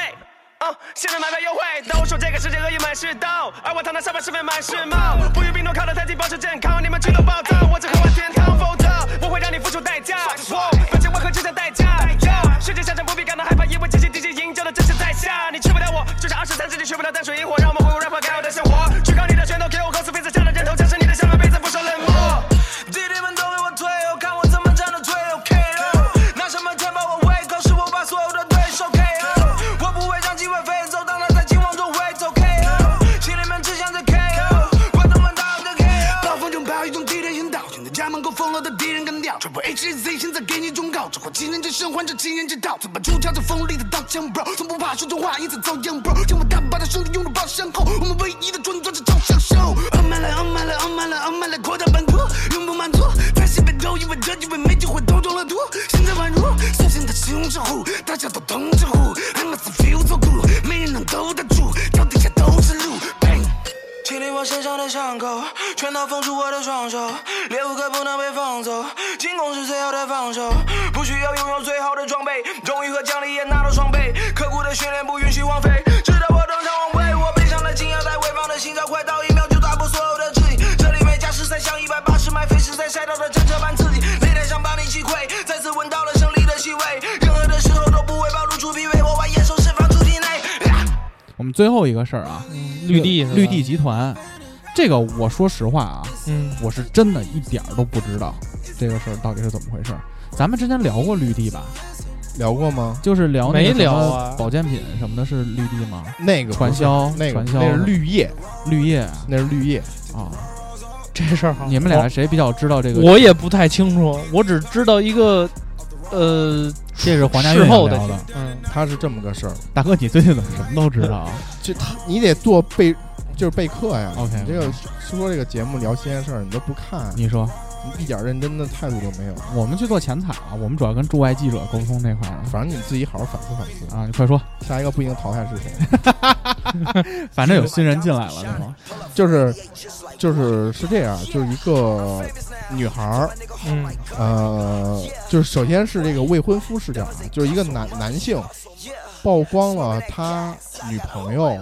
啊！现在买票优惠，都说这个世界恶意满是刀，而我躺在上面是被满是猫。不与病毒靠得太近，保持健康，你们去都暴躁，我只喝完甜汤，否则我会让你付出代价。哇，本钱我可值得代价。呀，世界上场不必感到害怕，因为这些敌人营救的正是在下。你去不了我，就像二十三世纪去不了淡水萤火，让我们回顾 rapper 该有的生活。举高你的拳头，给我公司披着下的人头，加深你的下半辈子不受冷漠。弟弟们都给我退后，看我怎么站着最后 KO。拿什么填饱我胃口？是我把所有的对手 KO。我不会让机会飞走，当他在惊慌中飞走 KO。心里面只想着哦 KO，观众们大喊着 KO。暴风中暴雨中敌人引导，你的家门口封了的敌人干掉。传播 HZ，现在给你忠告，这伙情人之身患者情人之道，怎么出鞘在锋利的刀枪 bro，从不怕说真话，因此遭殃 bro。将我大把的兄弟拥入包厢后，我们唯一的专专是照相秀。Oh my god，oh my god，oh my god，oh my god，扩大版图，永不满足。在西北都因为这句为没机会都中了毒，现在宛如苏醒的西红柿糊，大家都同之乎，I'm a feel so cool，没人能兜得住，脚底下都是路。Bang。清理我身上的伤口，拳头封住我的双手，猎物可不能被放走，进攻是最后的防守，不需要拥有最好的装备，荣誉和奖励也拿到双倍，刻苦的训练不允许荒废，直到我登上王位，我背上了金腰带，潍坊的心跳快到一秒就打破所有的质疑，这里每家食材像一百八十迈飞驰在赛道的战车般刺激，擂台上把你击溃，再次闻到了胜利的气味，任何的时候都不会暴露出疲惫，我把野兽释放出体内。我们最后一个事儿啊，嗯绿地是吧绿地，集团，这个我说实话啊，嗯我是真的一点儿都不知道这个事儿到底是怎么回事儿。咱们之前聊过绿地吧，聊过吗？就是聊没那个什聊么啊保健品什么的，是绿地吗？那个不是传销那个传销那是绿叶，绿叶那是绿叶。啊，这事儿好你们俩谁比较知道这个？我也不太清楚，我只知道一个，呃，这是黄家事韵后聊的的。嗯，它是这么个事儿，大哥，你最近怎么什么都知道啊？就它你得做备，就是备课呀。 OK，嗯你这个说这个节目聊新鲜事儿，你都不看，你说，你一点认真的态度都没有。我们去做前采啊了，我们主要跟驻外记者沟通这块儿反正你自己好好反思反思，啊。你快说，下一个不一定淘汰是谁？ [LAUGHS] 反 [LAUGHS] 正有新人进来了，对吗？就是就是是这样，就是一个女孩儿，嗯，呃，就是首先是这个未婚夫视角啊，就是一个男男性曝光了他女朋友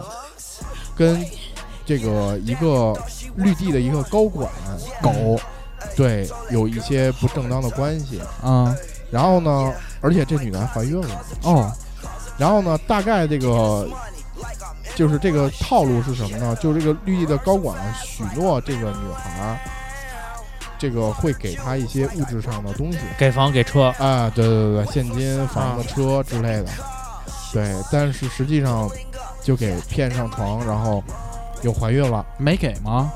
跟这个一个绿地的一个高管狗，对，有一些不正当的关系。嗯，然后呢，而且这女的还怀孕了。哦，然后呢，大概这个就是这个套路是什么呢？就是这个绿地的高管啊许诺这个女孩儿，这个会给她一些物质上的东西给房给车，啊，对对对，对现金、房子、车之类的。对，但是实际上就给骗上床，然后又怀孕了，没给吗？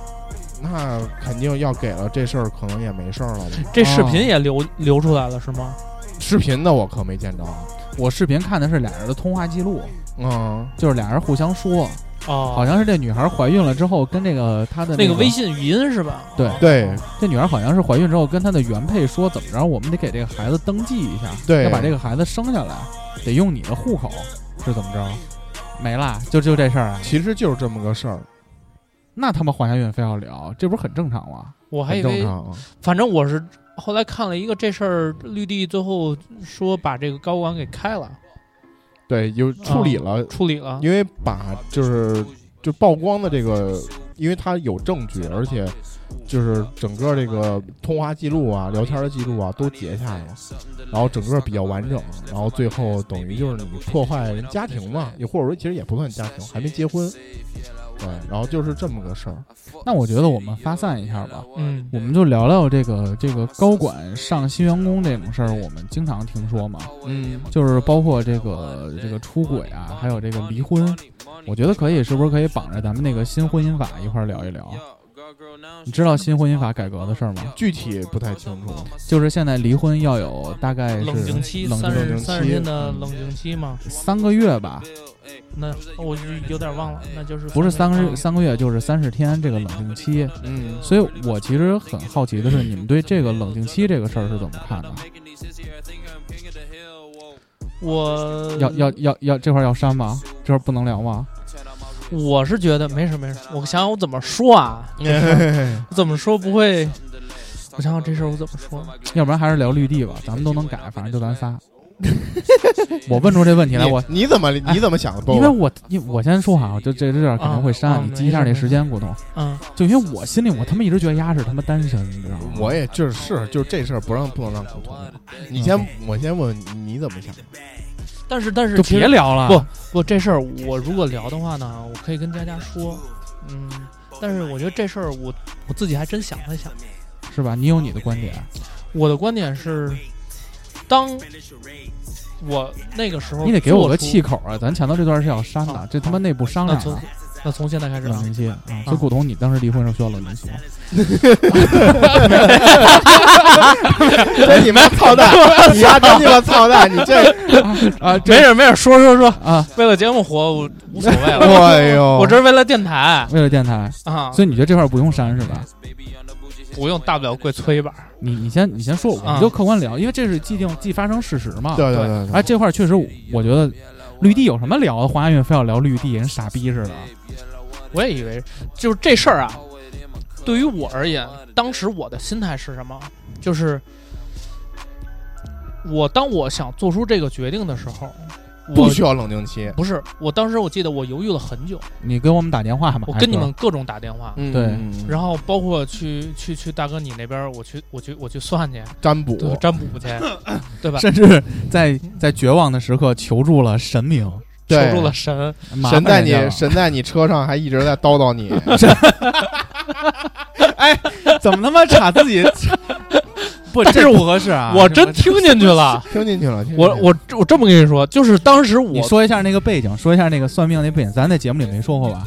那肯定要给了，这事儿可能也没事儿了吧。这视哦频也流流出来了是吗？视频的我可没见着，我视频看的是俩人的通话记录，嗯，就是俩人互相说，哦，好像是这女孩怀孕了之后，跟这个她的那个个微，信语音是吧？对哦对，这女孩好像是怀孕之后跟她的原配说，怎么着，我们得给这个孩子登记一下，对要把这个孩子生下来，得用你的户口，是怎么着？没啦，就就这事儿啊？其实就是这么个事儿，那他妈黄家韵非要聊，这不是很正常吗？我还很以正为，常啊。反正我是后来看了一个这事儿，绿地最后说把这个高管给开了，对，有处理了，处理了。因为把就是就曝光的这个，因为他有证据，而且就是整个这个通话记录啊、聊天的记录啊都截下来了，然后整个比较完整，然后最后等于就是你破坏人家庭嘛，也或者说其实也不算家庭，还没结婚，对，然后就是这么个事儿，那我觉得我们发散一下吧，嗯我们就聊聊这个这个高管上新员工这种事儿，我们经常听说嘛，嗯，就是包括这个这个出轨啊，还有这个离婚，我觉得可以，是不是可以绑着咱们那个新婚姻法一块儿聊一聊？你知道新婚姻法改革的事儿吗？具体不太清楚，就是现在离婚要有大概是冷静期冷三静十冷静三十期天的冷静期嘛，三个月吧，那我就有点 [LAUGHS] 忘了，那就是不是三个月月，三个月就是三十天这个冷静期。 [LAUGHS] 嗯，所以我其实很好奇的是，你们对这个冷静期这个事儿是怎么看的？我要要要要这块儿要删吗？这块儿不能聊吗？我是觉得没事没事，我想想我怎么 [LAUGHS] 说啊，我怎么说不会？我想想这事儿我怎么说？要不然还是聊绿地吧，咱们都能改，反正就咱仨。 [LAUGHS] 我问出这问题来，我你你怎么你怎么想的？因为包括我你我先说哈，就这这点可能会啊啊删，你记一下没事那时间，股东。嗯，就因为我心里我他妈一直觉得丫是他妈单身，你知道吗？我也就是是就是这事儿不让不能让沟通。你先，我先问你你怎么想？但是但是就其实别聊了，不不，这事儿我如果聊的话呢，我可以跟佳佳说，嗯，但是我觉得这事儿我我自己还真想了想，是吧？你有你的观点，我的观点是，当我那个时候，你得给我个气。啊口啊！咱前头这段是要删的，这他妈内部商那量从的。那从现在开始冷啊，静期啊，所以股东，你当时离婚的时候需要冷静期吗。真你妈操蛋！你丫真你妈操蛋！你这，啊，这没事没事，说说说，啊，为了节目活我无所谓了，哎呦， [LAUGHS] 我这是为了电台为了电台，啊，所以你觉得这块儿不用删是吧？不用大不了跪搓衣板儿。你你先你先说，我们啊就客观聊，因为这是既定既发生事实嘛。对对对对，哎，这块儿确实我，我觉得绿地有什么聊的？黄家韵非要聊绿地，跟傻逼似的。我也以为就是这事儿啊，对于我而言，当时我的心态是什么？就是我当我想做出这个决定的时候，不我需要冷静期。不是我当时我记得我犹豫了很久，你给我们打电话嘛？我跟你还们是各种打电话，嗯对嗯然后包括去去去大哥你那边儿，我去我去我去算去，占卜， [LAUGHS] 对占卜去，对吧？甚至在在绝望的时刻求助了神明，求对助了神，麻神烦在人家你了神在你车上还一直在叨叨你，哎， [LAUGHS] 怎么他妈插自己？ [LAUGHS] 不，但这是不合适啊！ [LAUGHS] 我这真不听进去了。听进去了。听进去我了我我这么跟你说，就是当时你我说一下那个背景，说一下那个算命那背景，咱在节目里没说过吧？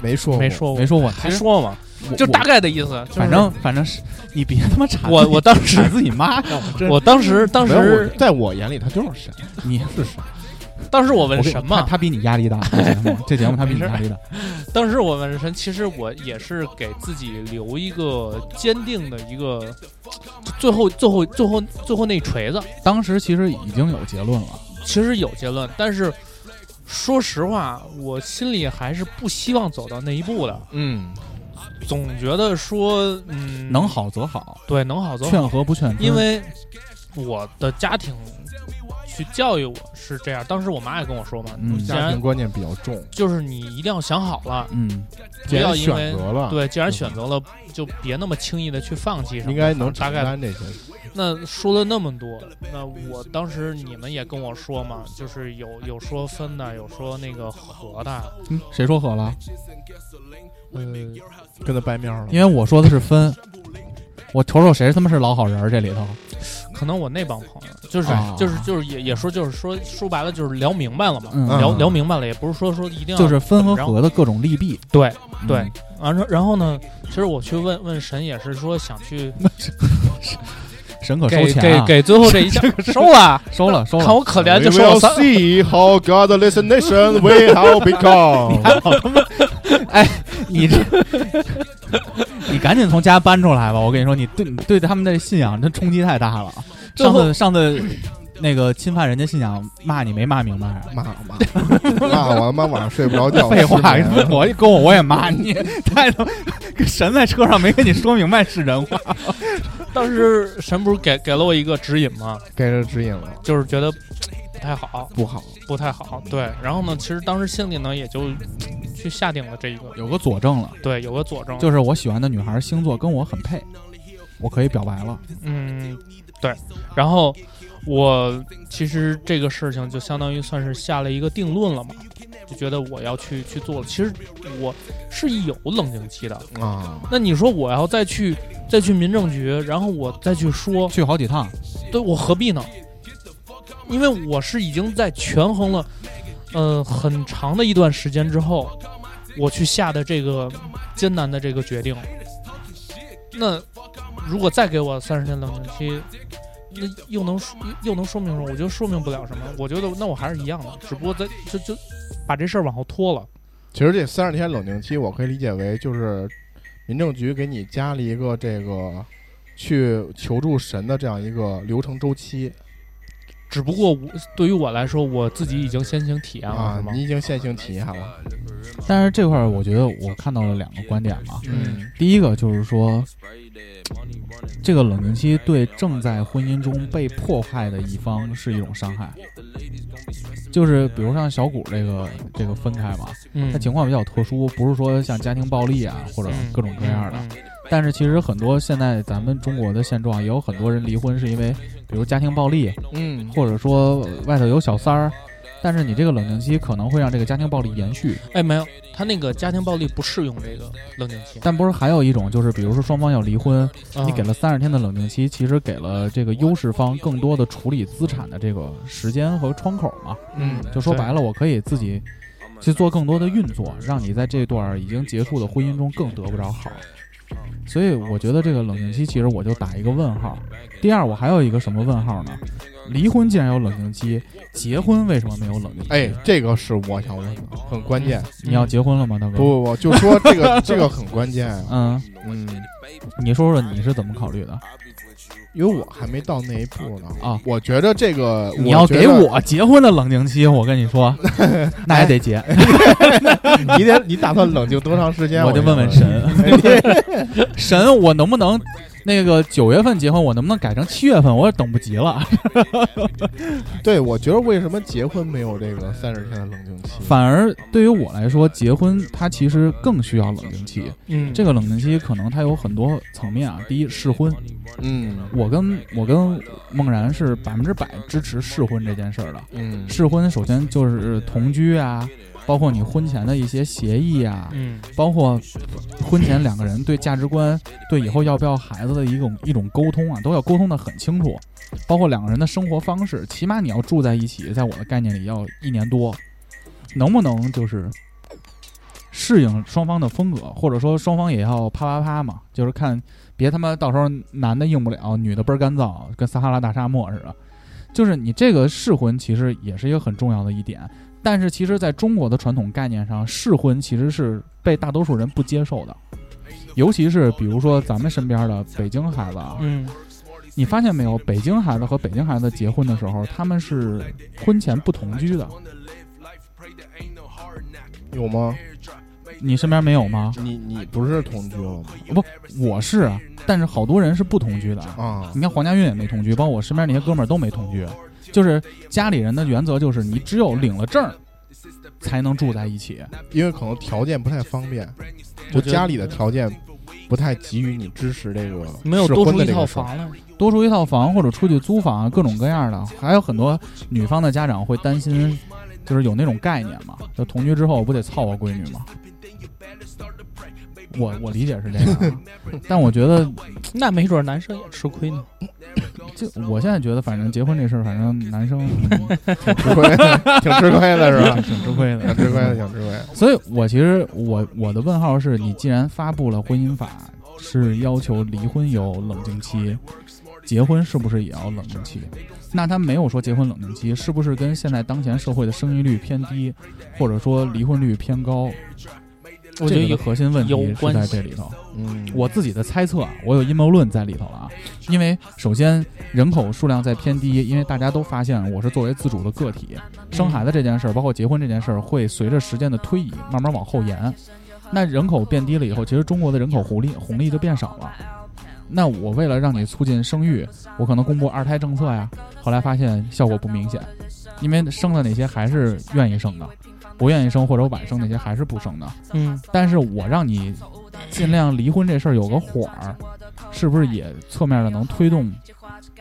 没说没过说过，没说过，还说嘛，我就大我概的意思。就是反正反正是你别他妈插我自己我当时插自己妈呀！我 [LAUGHS] 真我当时当没有，我时在我眼里他就是神， [LAUGHS] 你是神。当时我我问给神他嘛，他比你压力大，这节目这节目他比你没事压力大。当时我问神，其实我也是给自己留一个坚定的一个，就最后最后最后最后那锤子，当时其实已经有结论了，其实有结论，但是说实话，我心里还是不希望走到那一步的，嗯，总觉得说，嗯，能好则好，对能好走好，劝和不劝分。因为我的家庭去教育我是这样，当时我妈也跟我说嘛，嗯既家庭然观念比较重，就是你一定要想好了，嗯，不既然要因为选择了，对，既然对吧选择了，就别那么轻易的去放弃什么的。应该能大承概担这些。那说了那么多，那我当时你们也跟我说嘛，就是有有说分的，有说那个合的，嗯谁说和了？嗯，呃跟他掰面了，因为我说的是分，我瞅瞅谁他妈是老好人儿这里头。可能我那帮朋友就是、啊就是就是也也说就是说说白了就是聊明白了嘛，嗯聊嗯聊明白了，也不是说说一定要就是分和然后合的各种利弊。对嗯对，完了、然后呢，其实我去问问神也是说想去神可收给钱给啊！给最后 [LAUGHS] 这一下收了，收了收了，看我可 [LAUGHS] 怜 We 就收了 will 三 see how godless nation we have become。你 [LAUGHS] 这，你赶紧从家搬出来吧！我跟你说，你对你对他们的信仰真冲击太大了。最上后次上次那个侵犯人家信仰，骂你没骂明白啊？骂骂骂我他妈晚上睡不着觉。废话失眠，我跟我我也骂 [LAUGHS] 你，太他妈跟神在车上没跟你说明白是人话。当时神不是给给了我一个指引吗？给人指引了，就是觉得哎不太好，不好。不太好。对，然后呢，其实当时心里呢也就去下定了这一个，有个佐证了，对，有个佐证，就是我喜欢的女孩星座跟我很配，我可以表白了。嗯，对。然后我其实这个事情就相当于算是下了一个定论了嘛，就觉得我要去去做了。其实我是有冷静期的。啊，那你说我要再去再去民政局，然后我再去说，去好几趟，对我何必呢？因为我是已经在权衡了，呃，很长的一段时间之后，我去下的这个艰难的这个决定。那如果再给我三十天冷静期，那又能说又能说明什么？我觉得说明不了什么。我觉得那我还是一样的，只不过在就就把这事儿往后拖了。其实这三十天冷静期，我可以理解为就是民政局给你加了一个这个去求助神的这样一个流程周期只不过我对于我来说，我自己已经先行体验了，啊是吗，？你已经现行体验了。但是这块儿我觉得我看到了两个观点啊。嗯，第一个就是说，这个冷静期对正在婚姻中被破坏的一方是一种伤害，就是比如像小谷这个这个分开嘛，嗯，他情况比较特殊，不是说像家庭暴力啊或者各种各样的，嗯嗯嗯但是其实很多现在咱们中国的现状，也有很多人离婚是因为，比如家庭暴力，嗯，或者说外头有小三儿，但是你这个冷静期可能会让这个家庭暴力延续。哎，没有，他那个家庭暴力不适用这个冷静期。但不是还有一种就是，比如说双方要离婚，嗯你给了三十天的冷静期，其实给了这个优势方更多的处理资产的这个时间和窗口嘛。嗯，就说对嗯白了，我可以自己去做更多的运作，让你在这段已经结束的婚姻中更得不着好。所以我觉得这个冷静期，其实我就打一个问号。第二，我还有一个什么问号呢？离婚既然有冷静期，结婚为什么没有冷静期？哎，这个是我想问的，很关键。你嗯要结婚了吗，大哥？不，不不，就说这个这个很关键啊。嗯，嗯，你说说你是怎么考虑的？因为我还没到那一步呢啊我觉得这个你要觉给得我结婚的冷静期，我跟你 [LAUGHS] 说，那也得结。[LAUGHS] 你 [LAUGHS] 得你打算冷静多长时间？我就就 [LAUGHS] 问问神，神，我能不能那个九月份结婚，我能不能改成七月份？我也等不及了，对，我觉得为什么结婚没有这个三十天的冷静期？反而对于我来说，结婚它其实更需要冷静期。嗯，这个冷静期可能它有很多层面啊。第一，试婚，嗯我跟我跟梦然是百分之百支持试婚这件事儿的。嗯，试婚首先就是同居啊，包括你婚前的一些协议啊，嗯包括婚前两个人对价值观、对以后要不要孩子的一种一种沟通啊，都要沟通的很清楚。包括两个人的生活方式，起码你要住在一起，在我的概念里要一年多，能不能就是适应双方的风格，或者说双方也要啪啪啪嘛，就是看别他妈到时候男的硬不了，女的倍儿干燥，跟撒哈拉大沙漠似的。就是你这个试婚其实也是一个很重要的一点，但是其实在中国的传统概念上，试婚其实是被大多数人不接受的，尤其是比如说咱们身边的北京孩子啊，嗯你发现没有，北京孩子和北京孩子结婚的时候，他们是婚前不同居的，有吗？你身边没有吗？你你不是同居了吗？不，我是啊，但是好多人是不同居的啊。啊你，看黄家韵也没同居，包括我身边那些哥们儿都没同居，就是家里人的原则就是你只有领了证儿才能住在一起。因为可能条件不太方便，就我觉得家里的条件不太给予你支持这个没有适多婚出的一这套个事儿。房来，多出一套房或者出去租房，各种各样的，还有很多女方的家长会担心，就是有那种概念嘛，就同居之后我不得操我闺女吗？我我理解是这样啊、但我觉得那没准男生也吃亏呢。就我现在觉得，反正结婚这事儿，反正男生、挺吃亏的，挺吃亏的是嗯、吧？挺吃亏挺的，吃亏的，挺吃亏的。所以我其实我我的问号是你既然发布了婚姻法，是要求离婚有冷静期，结婚是不是也要冷静期？那他没有说结婚冷静期，是不是跟现在当前社会的生育率偏低，或者说离婚率偏高，我觉得这个有的核心问有题是关在系这里头。嗯，我自己的猜测，啊，我有阴谋论在里头了啊。因为首先人口数量在偏低，因为大家都发现我是作为自主的个体，生孩子这件事儿，包括结婚这件事儿，会随着时间的推移慢慢往后延。那人口变低了以后，其实中国的人口红利红利就变少了。那我为了让你促进生育，我可能公布二胎政策呀，后来发现效果不明显，因为生的那些还是愿意生的，不愿意生或者晚生那些还是不生的。嗯，但是我让你尽量离婚这事儿有个缓儿，是不是也侧面的能推动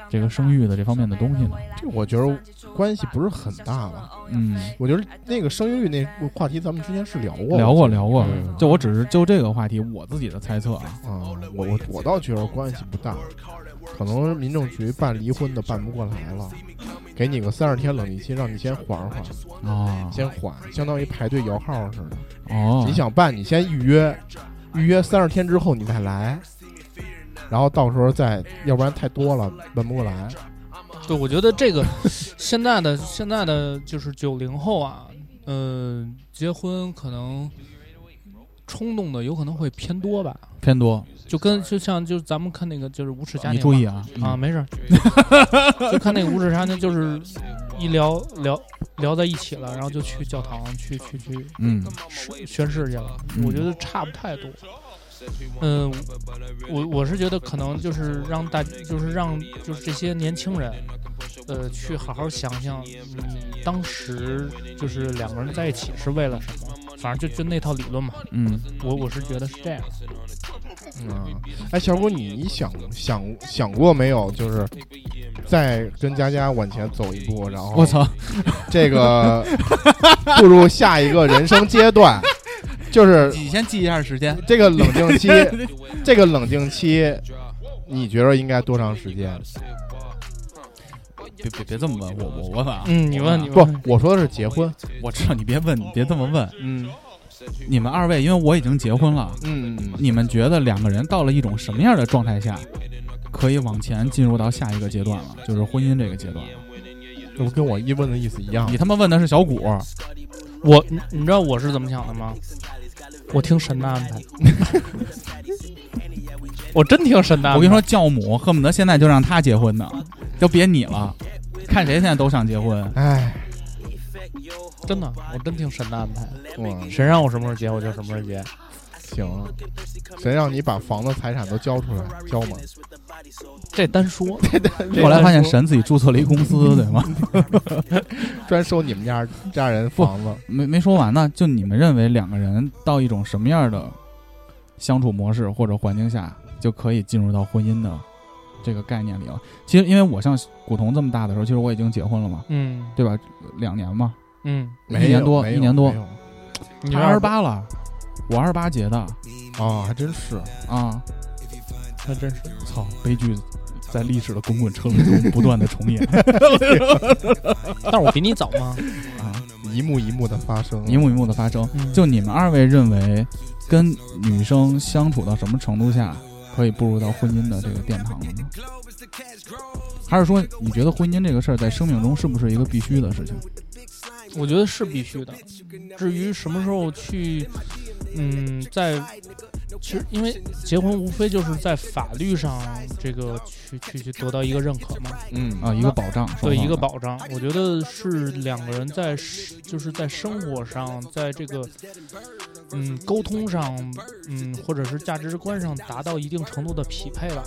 这个生育的这方面的东西呢？这我觉得关系不是很大吧。嗯，我觉得那个生育率那话题，咱们之前是聊过，聊过聊过嗯，就我只是就这个话题我自己的猜测啊。啊。我我我倒觉得关系不大，可能民政局办离婚的办不过来了，给你个三十天冷静期，让你先缓缓，哦先缓，相当于排队摇号似的。哦，你想办，你先预约，预约三十天之后你再来，然后到时候再，要不然太多了办不过来。对，我觉得这个现在的现在的就是九零后啊，呃，结婚可能冲动的有可能会偏多吧，偏多，就跟就像就咱们看那个就是无耻家庭嘛，你注意啊啊，没 [LAUGHS] 事儿，就看那个无耻家庭，就是一聊聊聊在一起了，然后就去教堂去去去嗯是宣誓去了，嗯我觉得差不太多。嗯，我我是觉得可能就是让大，就是让就是这些年轻人，呃，去好好想想，嗯，当时就是两个人在一起是为了什么？反正就就那套理论嘛，嗯我我是觉得是这样。嗯，哎，小谷，你你想想想过没有？就是再跟佳佳往前走一步，然后嗯，我操，这个步入下一个人生阶段，就是你先记一下时间，这个冷静期，这个冷静期，你觉得应该多长时间？别别别这么问我我我问啊，嗯，你问你不问，，我说的是结婚。我知道你别问，你别这么问，嗯你们二位因为我已经结婚了，嗯，嗯你们觉得两个人到了一种什么样的状态下，可以往前进入到下一个阶段了，就是婚姻这个阶段？这不跟我一问的意思一样你？他妈问的是小谷，我你你知道我是怎么想的吗？我听神的安排， [LAUGHS] 我真听神的安排。我跟你说，教母恨不得现在就让他结婚呢，就别你了，看谁现在都想结婚。哎，真的，我真听神的安排，我神让我什么时候结我就什么时候结。行啊，谁让你把房子财产都交出来交嘛？这单 [LAUGHS] 说，后来发现神自己注册了一公司，对吗？专收你们家家人房子，没没说完呢，就你们认为两个人到一种什么样的相处模式或者环境下就可以进入到婚姻的这个概念里了？其实，因为我像古潼这么大的时候，其实我已经结婚了嘛，嗯对吧？两年嘛，嗯，一没有年多没有一年多没有你他二十八了，我二十八结的啊，还真是啊！还真是，操，悲剧在历史的滚滚车轮中不断的重演 [LAUGHS] [LAUGHS] 但是我比你早嘛，啊，一幕一幕的发生，一幕一幕的发生。嗯就你们二位认为，跟女生相处到什么程度下可以步入到婚姻的这个殿堂了呢？还是说你觉得婚姻这个事儿在生命中是不是一个必须的事情？我觉得是必须的。至于什么时候去，嗯，在其实因为结婚无非就是在法律上这个去去去得到一个认可嘛，嗯啊，一个保障，对双方一个的保障。我觉得是两个人在是就是在生活上，在这个嗯沟通上，嗯或者是价值观上达到一定程度的匹配吧，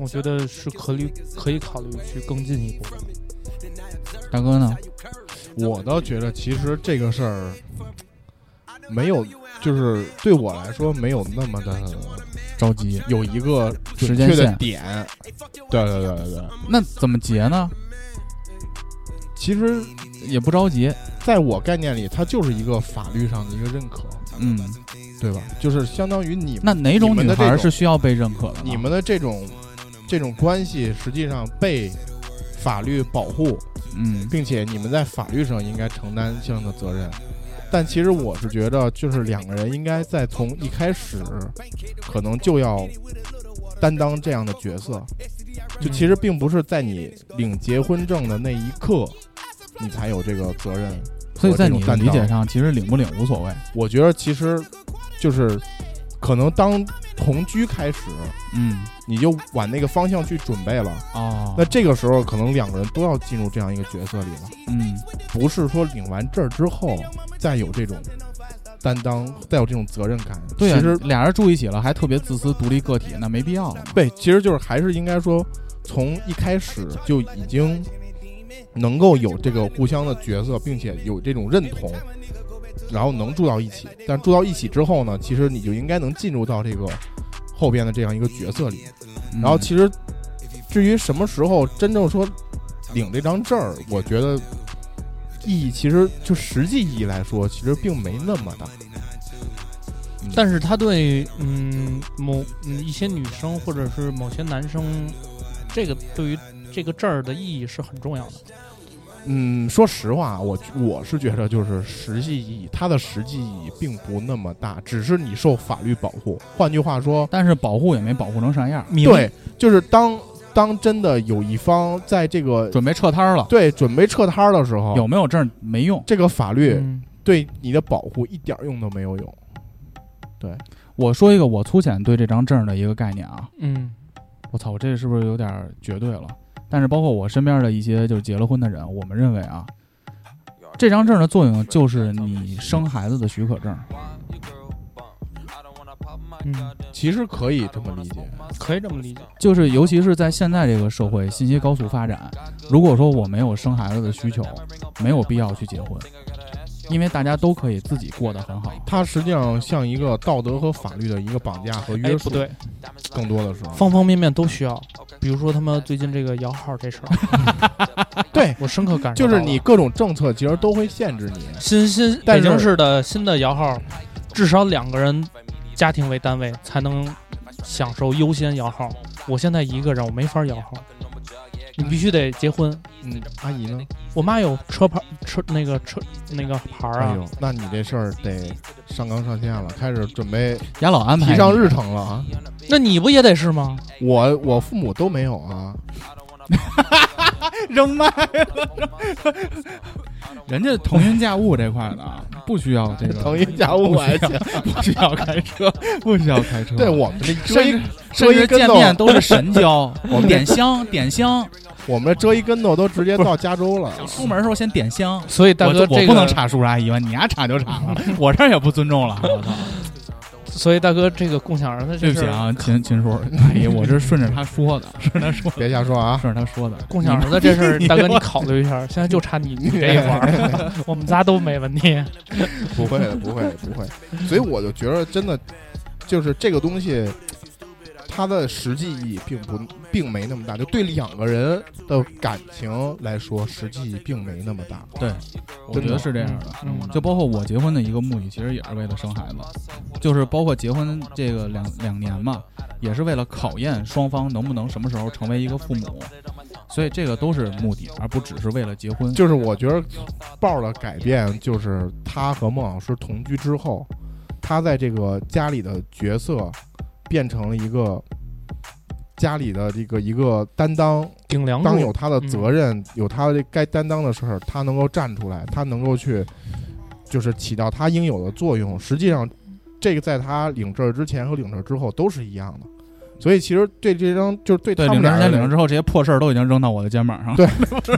我觉得是可以可以考虑去更进一步。大哥呢？我倒觉得其实这个事儿没有，就是对我来说没有那么的着急，有一个时准间确的线点。对对对对对，那怎么结呢？其实也不着急，在我概念里，它就是一个法律上的一个认可，嗯，对吧？就是相当于你那哪种你们女的这孩种是需要被认可的呢？你们的这种这种关系，实际上被法律保护，嗯，并且你们在法律上应该承担相应的责任。但其实我是觉得，就是两个人应该在从一开始，可能就要担当这样的角色。就其实并不是在你领结婚证的那一刻，你才有这个责任。所以在你的我这种担理当解上，其实领不领无所谓，我觉得其实就是可能当同居开始，嗯，你就往那个方向去准备了。哦，那这个时候，可能两个人都要进入这样一个角色里了，嗯，不是说领完证儿之后再有这种担当，再有这种责任感。对啊其实，俩人住一起了，还特别自私独立个体，那没必要了嘛。对，其实就是还是应该说，从一开始就已经能够有这个互相的角色，并且有这种认同，然后能住到一起。但住到一起之后呢，其实你就应该能进入到这个后边的这样一个角色里。嗯然后其实至于什么时候真正说领这张证儿，我觉得意义其实就实际意义来说，其实并没那么大。但是他对嗯某嗯一些女生或者是某些男生，这个对于这个证儿的意义是很重要的。嗯，说实话，我我是觉得就是实际意义，它的实际意义并不那么大，只是你受法律保护。换句话说，但是保护也没保护成啥样，对，就是当当真的有一方在这个准备撤摊儿了，对准备撤摊儿的时候，有没有证儿没用。这个法律嗯，对你的保护一点儿用都没有用。我说一个我粗浅对这张证儿的一个概念啊，嗯我操，我这是不是有点儿绝对了？但是包括我身边的一些就是结了婚的人，我们认为啊，这张证儿的作用就是你生孩子的许可证。嗯，其实可以这么理解，可以这么理解。就是尤其是在现在这个社会信息高速发展，如果说我没有生孩子的需求，没有必要去结婚，因为大家都可以自己过得很好。它实际上像一个道德和法律的一个绑架和哎，约不束。对，更多的时候，方方面面都需要。比如说他妈最近这个摇号这事儿，对，我深刻感受就到是了。你各种政策其实都会限制你。新新但北是京市的新的摇号，至少两个人家庭为单位才能享受优先摇号。我现在一个人，我没法摇号，你必须得结婚。嗯，阿姨呢？我妈有车牌，车那个车那个牌儿哎啊，呦，那你这事儿得上纲上线了，开始准备雅老安排提你上日程了啊！那你不也得是吗？我我父母都没有啊，扔麦了， [LAUGHS] 人家腾云驾雾这块儿的啊，不需要这个腾云驾雾还行。不需要开车，不需要开车。 [LAUGHS] 对我们这遮甚一至遮甚一至跟见头，面都是神交， [LAUGHS] 我们点香点香，我们这遮一跟头都直接到加州了。出门的时候先点 [LAUGHS] 香。所以大我哥，就我这不能个查叔叔阿姨吧？你丫查就查了，我这儿也不尊重了。我操！所以大哥，这个共享儿子对这不事起儿，啊，秦秦 [LAUGHS] 叔，哎呀，我这顺着他说的，顺着他说的，别瞎说啊！顺着他说的。共享儿子这事儿，大哥你考虑一下，现在就差你你这一块儿，我们仨都没问题。不会的，不会的，不会。所以我就觉得，真的就是这个东西，它的实际意义并不并没那么大。就对两个人的感情来说，实际意义并没那么大。对，我觉得是这样的。嗯，就包括我结婚的一个目的，其实也是为了生孩子，就是包括结婚这个两两年嘛，也是为了考验双方能不能什么时候成为一个父母，所以这个都是目的，而不只是为了结婚。就是我觉得豹儿的改变，就是他和孟老师同居之后，他在这个家里的角色变成了一个家里的这个一个担当。顶哦梁当柱有，他的嗯责任，有他的该担当的事儿，他能够站出来，他能够去，就是起到他应有的作用。实际上，这个在他领证之前和领证之后都是一样的。所以，其实对这张就是对他对，领证们俩之人前、领证之后，这些破事儿都已经扔到我的肩膀上了。对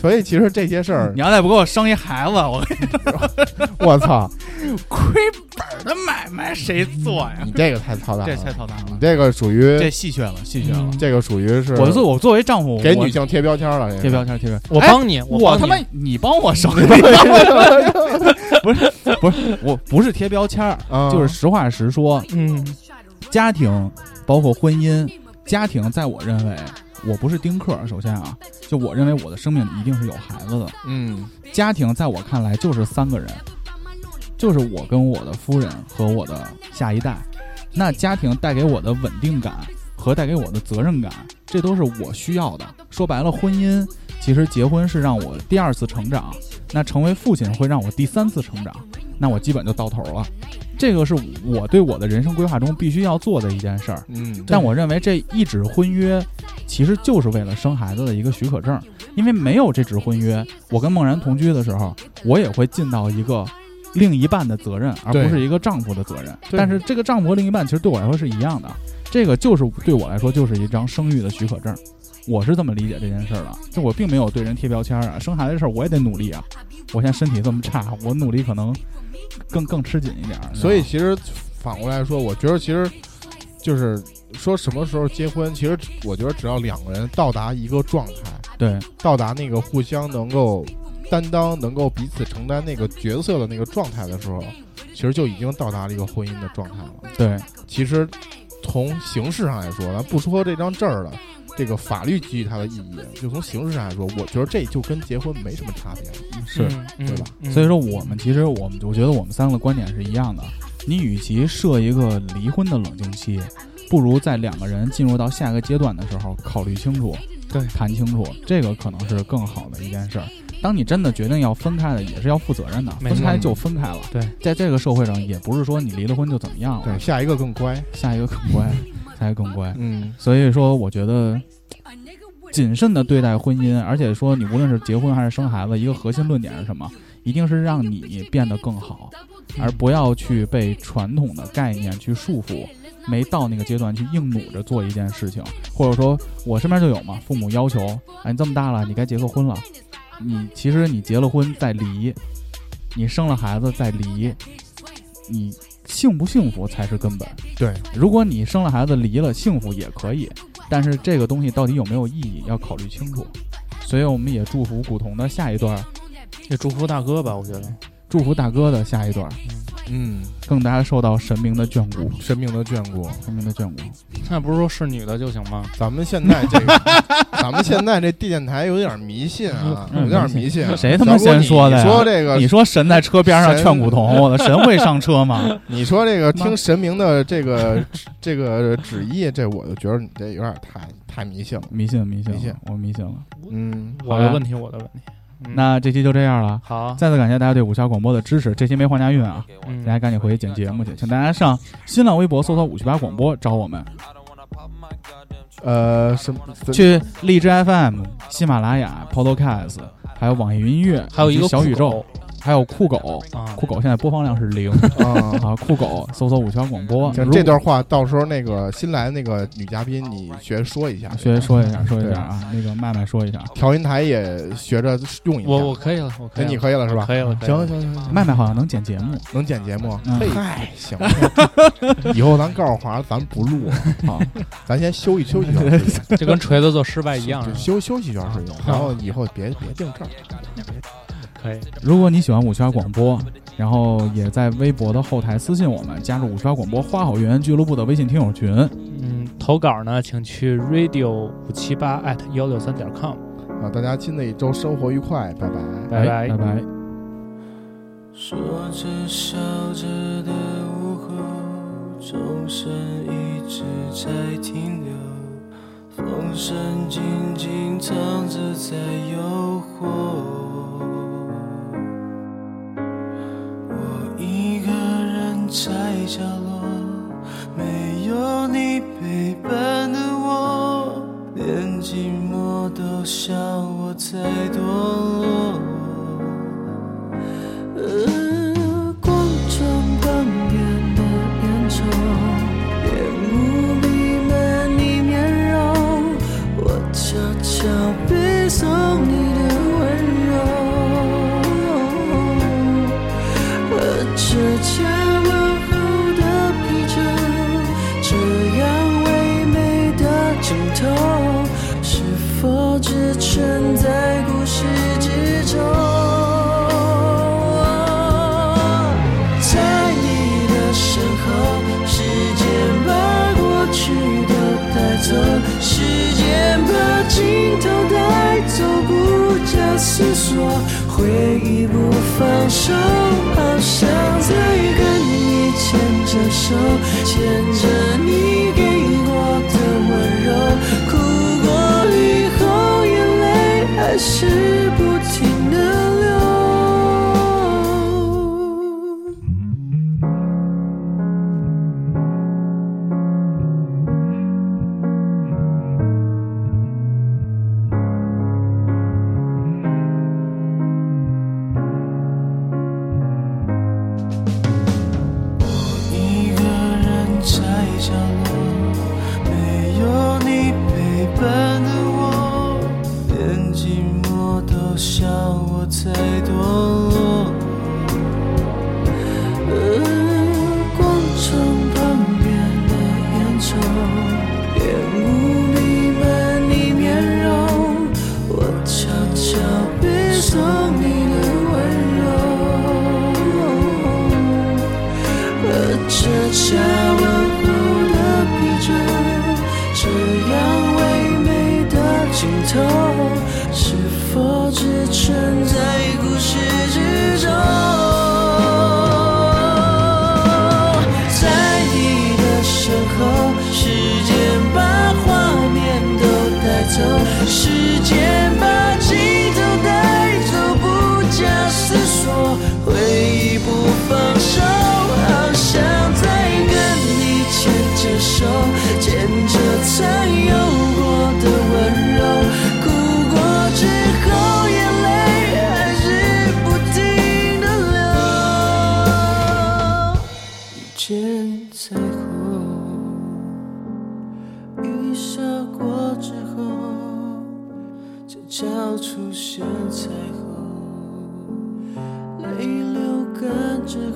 所以其实这些事儿嗯你，要再不给我生一孩子，我我操，亏本的买卖谁做呀？你这个太操蛋这太了，操蛋你了，这个属于这戏谑了，戏谑了。这个属于是我作我作为丈夫，嗯给我女性贴标签了，这个贴标签贴标签。哎哎我帮你，我帮他你妈，你帮我 [LAUGHS] 生，你帮我生 [LAUGHS] 不是不是，我不是贴标签儿，啊，就是实话实说，嗯，家庭包括婚姻，家庭在我认为，我不是丁克儿，首先啊，就我认为我的生命里一定是有孩子的，嗯，家庭在我看来就是三个人，就是我跟我的夫人和我的下一代。那家庭带给我的稳定感和带给我的责任感，这都是我需要的。说白了，婚姻其实结婚是让我第二次成长，那成为父亲会让我第三次成长，那我基本就到头了。这个是我对我的人生规划中必须要做的一件事儿。嗯，但我认为这一纸婚约，其实就是为了生孩子的一个许可证，因为没有这纸婚约，我跟梦然同居的时候，我也会尽到一个另一半的责任，而对不是一个丈夫的责任。对但是这个丈夫和另一半其实对我来说是一样的，这个就是对我来说就是一张生育的许可证。我是这么理解这件事儿的，就我并没有对人贴标签儿啊，生孩子的事儿我也得努力啊。我现在身体这么差，我努力可能更更吃紧一点儿。所以你知其实反过来说，我觉得其实就是说什么时候结婚，其实我觉得只要两个人到达一个状态，道吗到达那个互相能够担当、能够彼此承担那个角色的那个状态的时候，其实就已经到达了一个婚姻的状态了。对对，其实从形式上来说，咱不说这张证儿了。这个法律给予它的意义，就从形式上来说，我觉得这就跟结婚没什么差别了。是嗯，对吧嗯？所以说，我们其实我们我觉得我们三个的观点是一样的。你与其设一个离婚的冷静期，不如在两个人进入到下一个阶段的时候考虑清楚，对谈清楚，这个可能是更好的一件事儿。当你真的决定要分开了，也是要负责任的，没错分开就分开了。对，在这个社会上，也不是说你离了婚就怎么样了对，，下一个更乖。下一个更 [LAUGHS] 乖，下一个更乖。嗯，所以说，我觉得谨慎的对待婚姻，而且说你无论是结婚还是生孩子，一个核心论点是什么？一定是让你变得更好，而不要去被传统的概念去束缚。没到那个阶段去硬努着做一件事情，或者说我身边就有嘛，父母要求，哎，你这么大了，你该结个婚了。你其实你结了婚再离，你生了孩子再离，你幸不幸福才是根本。对，如果你生了孩子离了，幸福也可以，但是这个东西到底有没有意义，要考虑清楚。所以我们也祝福古潼的下一段，也祝福大哥吧，我觉得祝福大哥的下一段，嗯，更大家受到神明的眷顾，生命的眷顾。神明的眷顾。那不是说是女的就行吗？咱们现在这个，咱们现在这电台有点迷信啊，嗯有点迷信啊。谁他妈小郭先你说的呀你说这个你，说神在车边上劝古潼，我的神会上车 [LAUGHS] 吗？你说这个妈听神明的这个这个旨意，这我就觉得你这有点太太迷信了。迷信迷信迷信，我迷信了。嗯，我的问题，我的问题。嗯那这期就这样了，好，再次感谢大家对武侠广播的支持。这期没换押韵啊，嗯大家赶紧回去剪节目去，请大家上新浪微博搜索“五七八广播”找我们，呃，什么？去荔枝 FM、喜马拉雅、Podcast，还有网易云音乐，还有一以个及小宇酷宙狗，还有酷狗，啊酷狗现在播放量是 [LAUGHS] 零啊。啊，酷狗搜索五七八广播，行如，这段话到时候那个新来的那个女嘉宾，你学说一下，学说一下，说一下啊，那个麦麦说一下，调音台也学着用一下。我我可以了，我可哎以了，你可以了是吧？可以了，可以了嗯行行行行，麦麦好像能剪节目，能剪节目，嗯嗨，行，以后咱告诉华，咱不录啊，咱先休息休息一段时间，就跟锤子做失败一样，啊就是吧啊休休息一段时间，然后以后别别定这儿，可以，如果你喜欢五七八广播，然后也在微博的后台私信我们，加入五七八广播花好月圆俱乐部的微信听友群。嗯，投稿呢，请去 radio 五七八 at 幺六三点 com，啊，大家新的一周生活愉快，拜拜。拜哎拜拜。说着笑着的午后，钟声一直在停留，风声静静藏着在诱惑。我一个人在角落，没有你陪伴的我，连寂寞都笑我太堕落。呃，广场旁边的烟囱，烟雾弥漫你面容，我悄悄背诵你的温柔。喝着加温后的啤酒，这样唯美的镜头，是否只存在故事之中？在你的身后，时间把过去都带走，时间把尽头带走，不假思索，回忆不放手，好想再跟你牵着手，牵着你给我的温柔，哭过以后，眼泪还是不停的流。一个人在角落，没有你陪伴的我，连寂寞都笑我太堕落。呃，广场旁边的烟囱，烟雾弥漫你面容，我悄悄背诵你的温柔。喝着加温后的啤酒，这样唯美的镜头，是否只存在故事之中？在你的身后，时间把画面都带走，时间把镜头带走，不假思索，回忆不放手，好想再跟你牵着手，牵着曾有过的温柔，哭过之后，眼泪还是不停的流。遇见彩虹，雨下过之后，就叫出现彩虹，泪流干之后，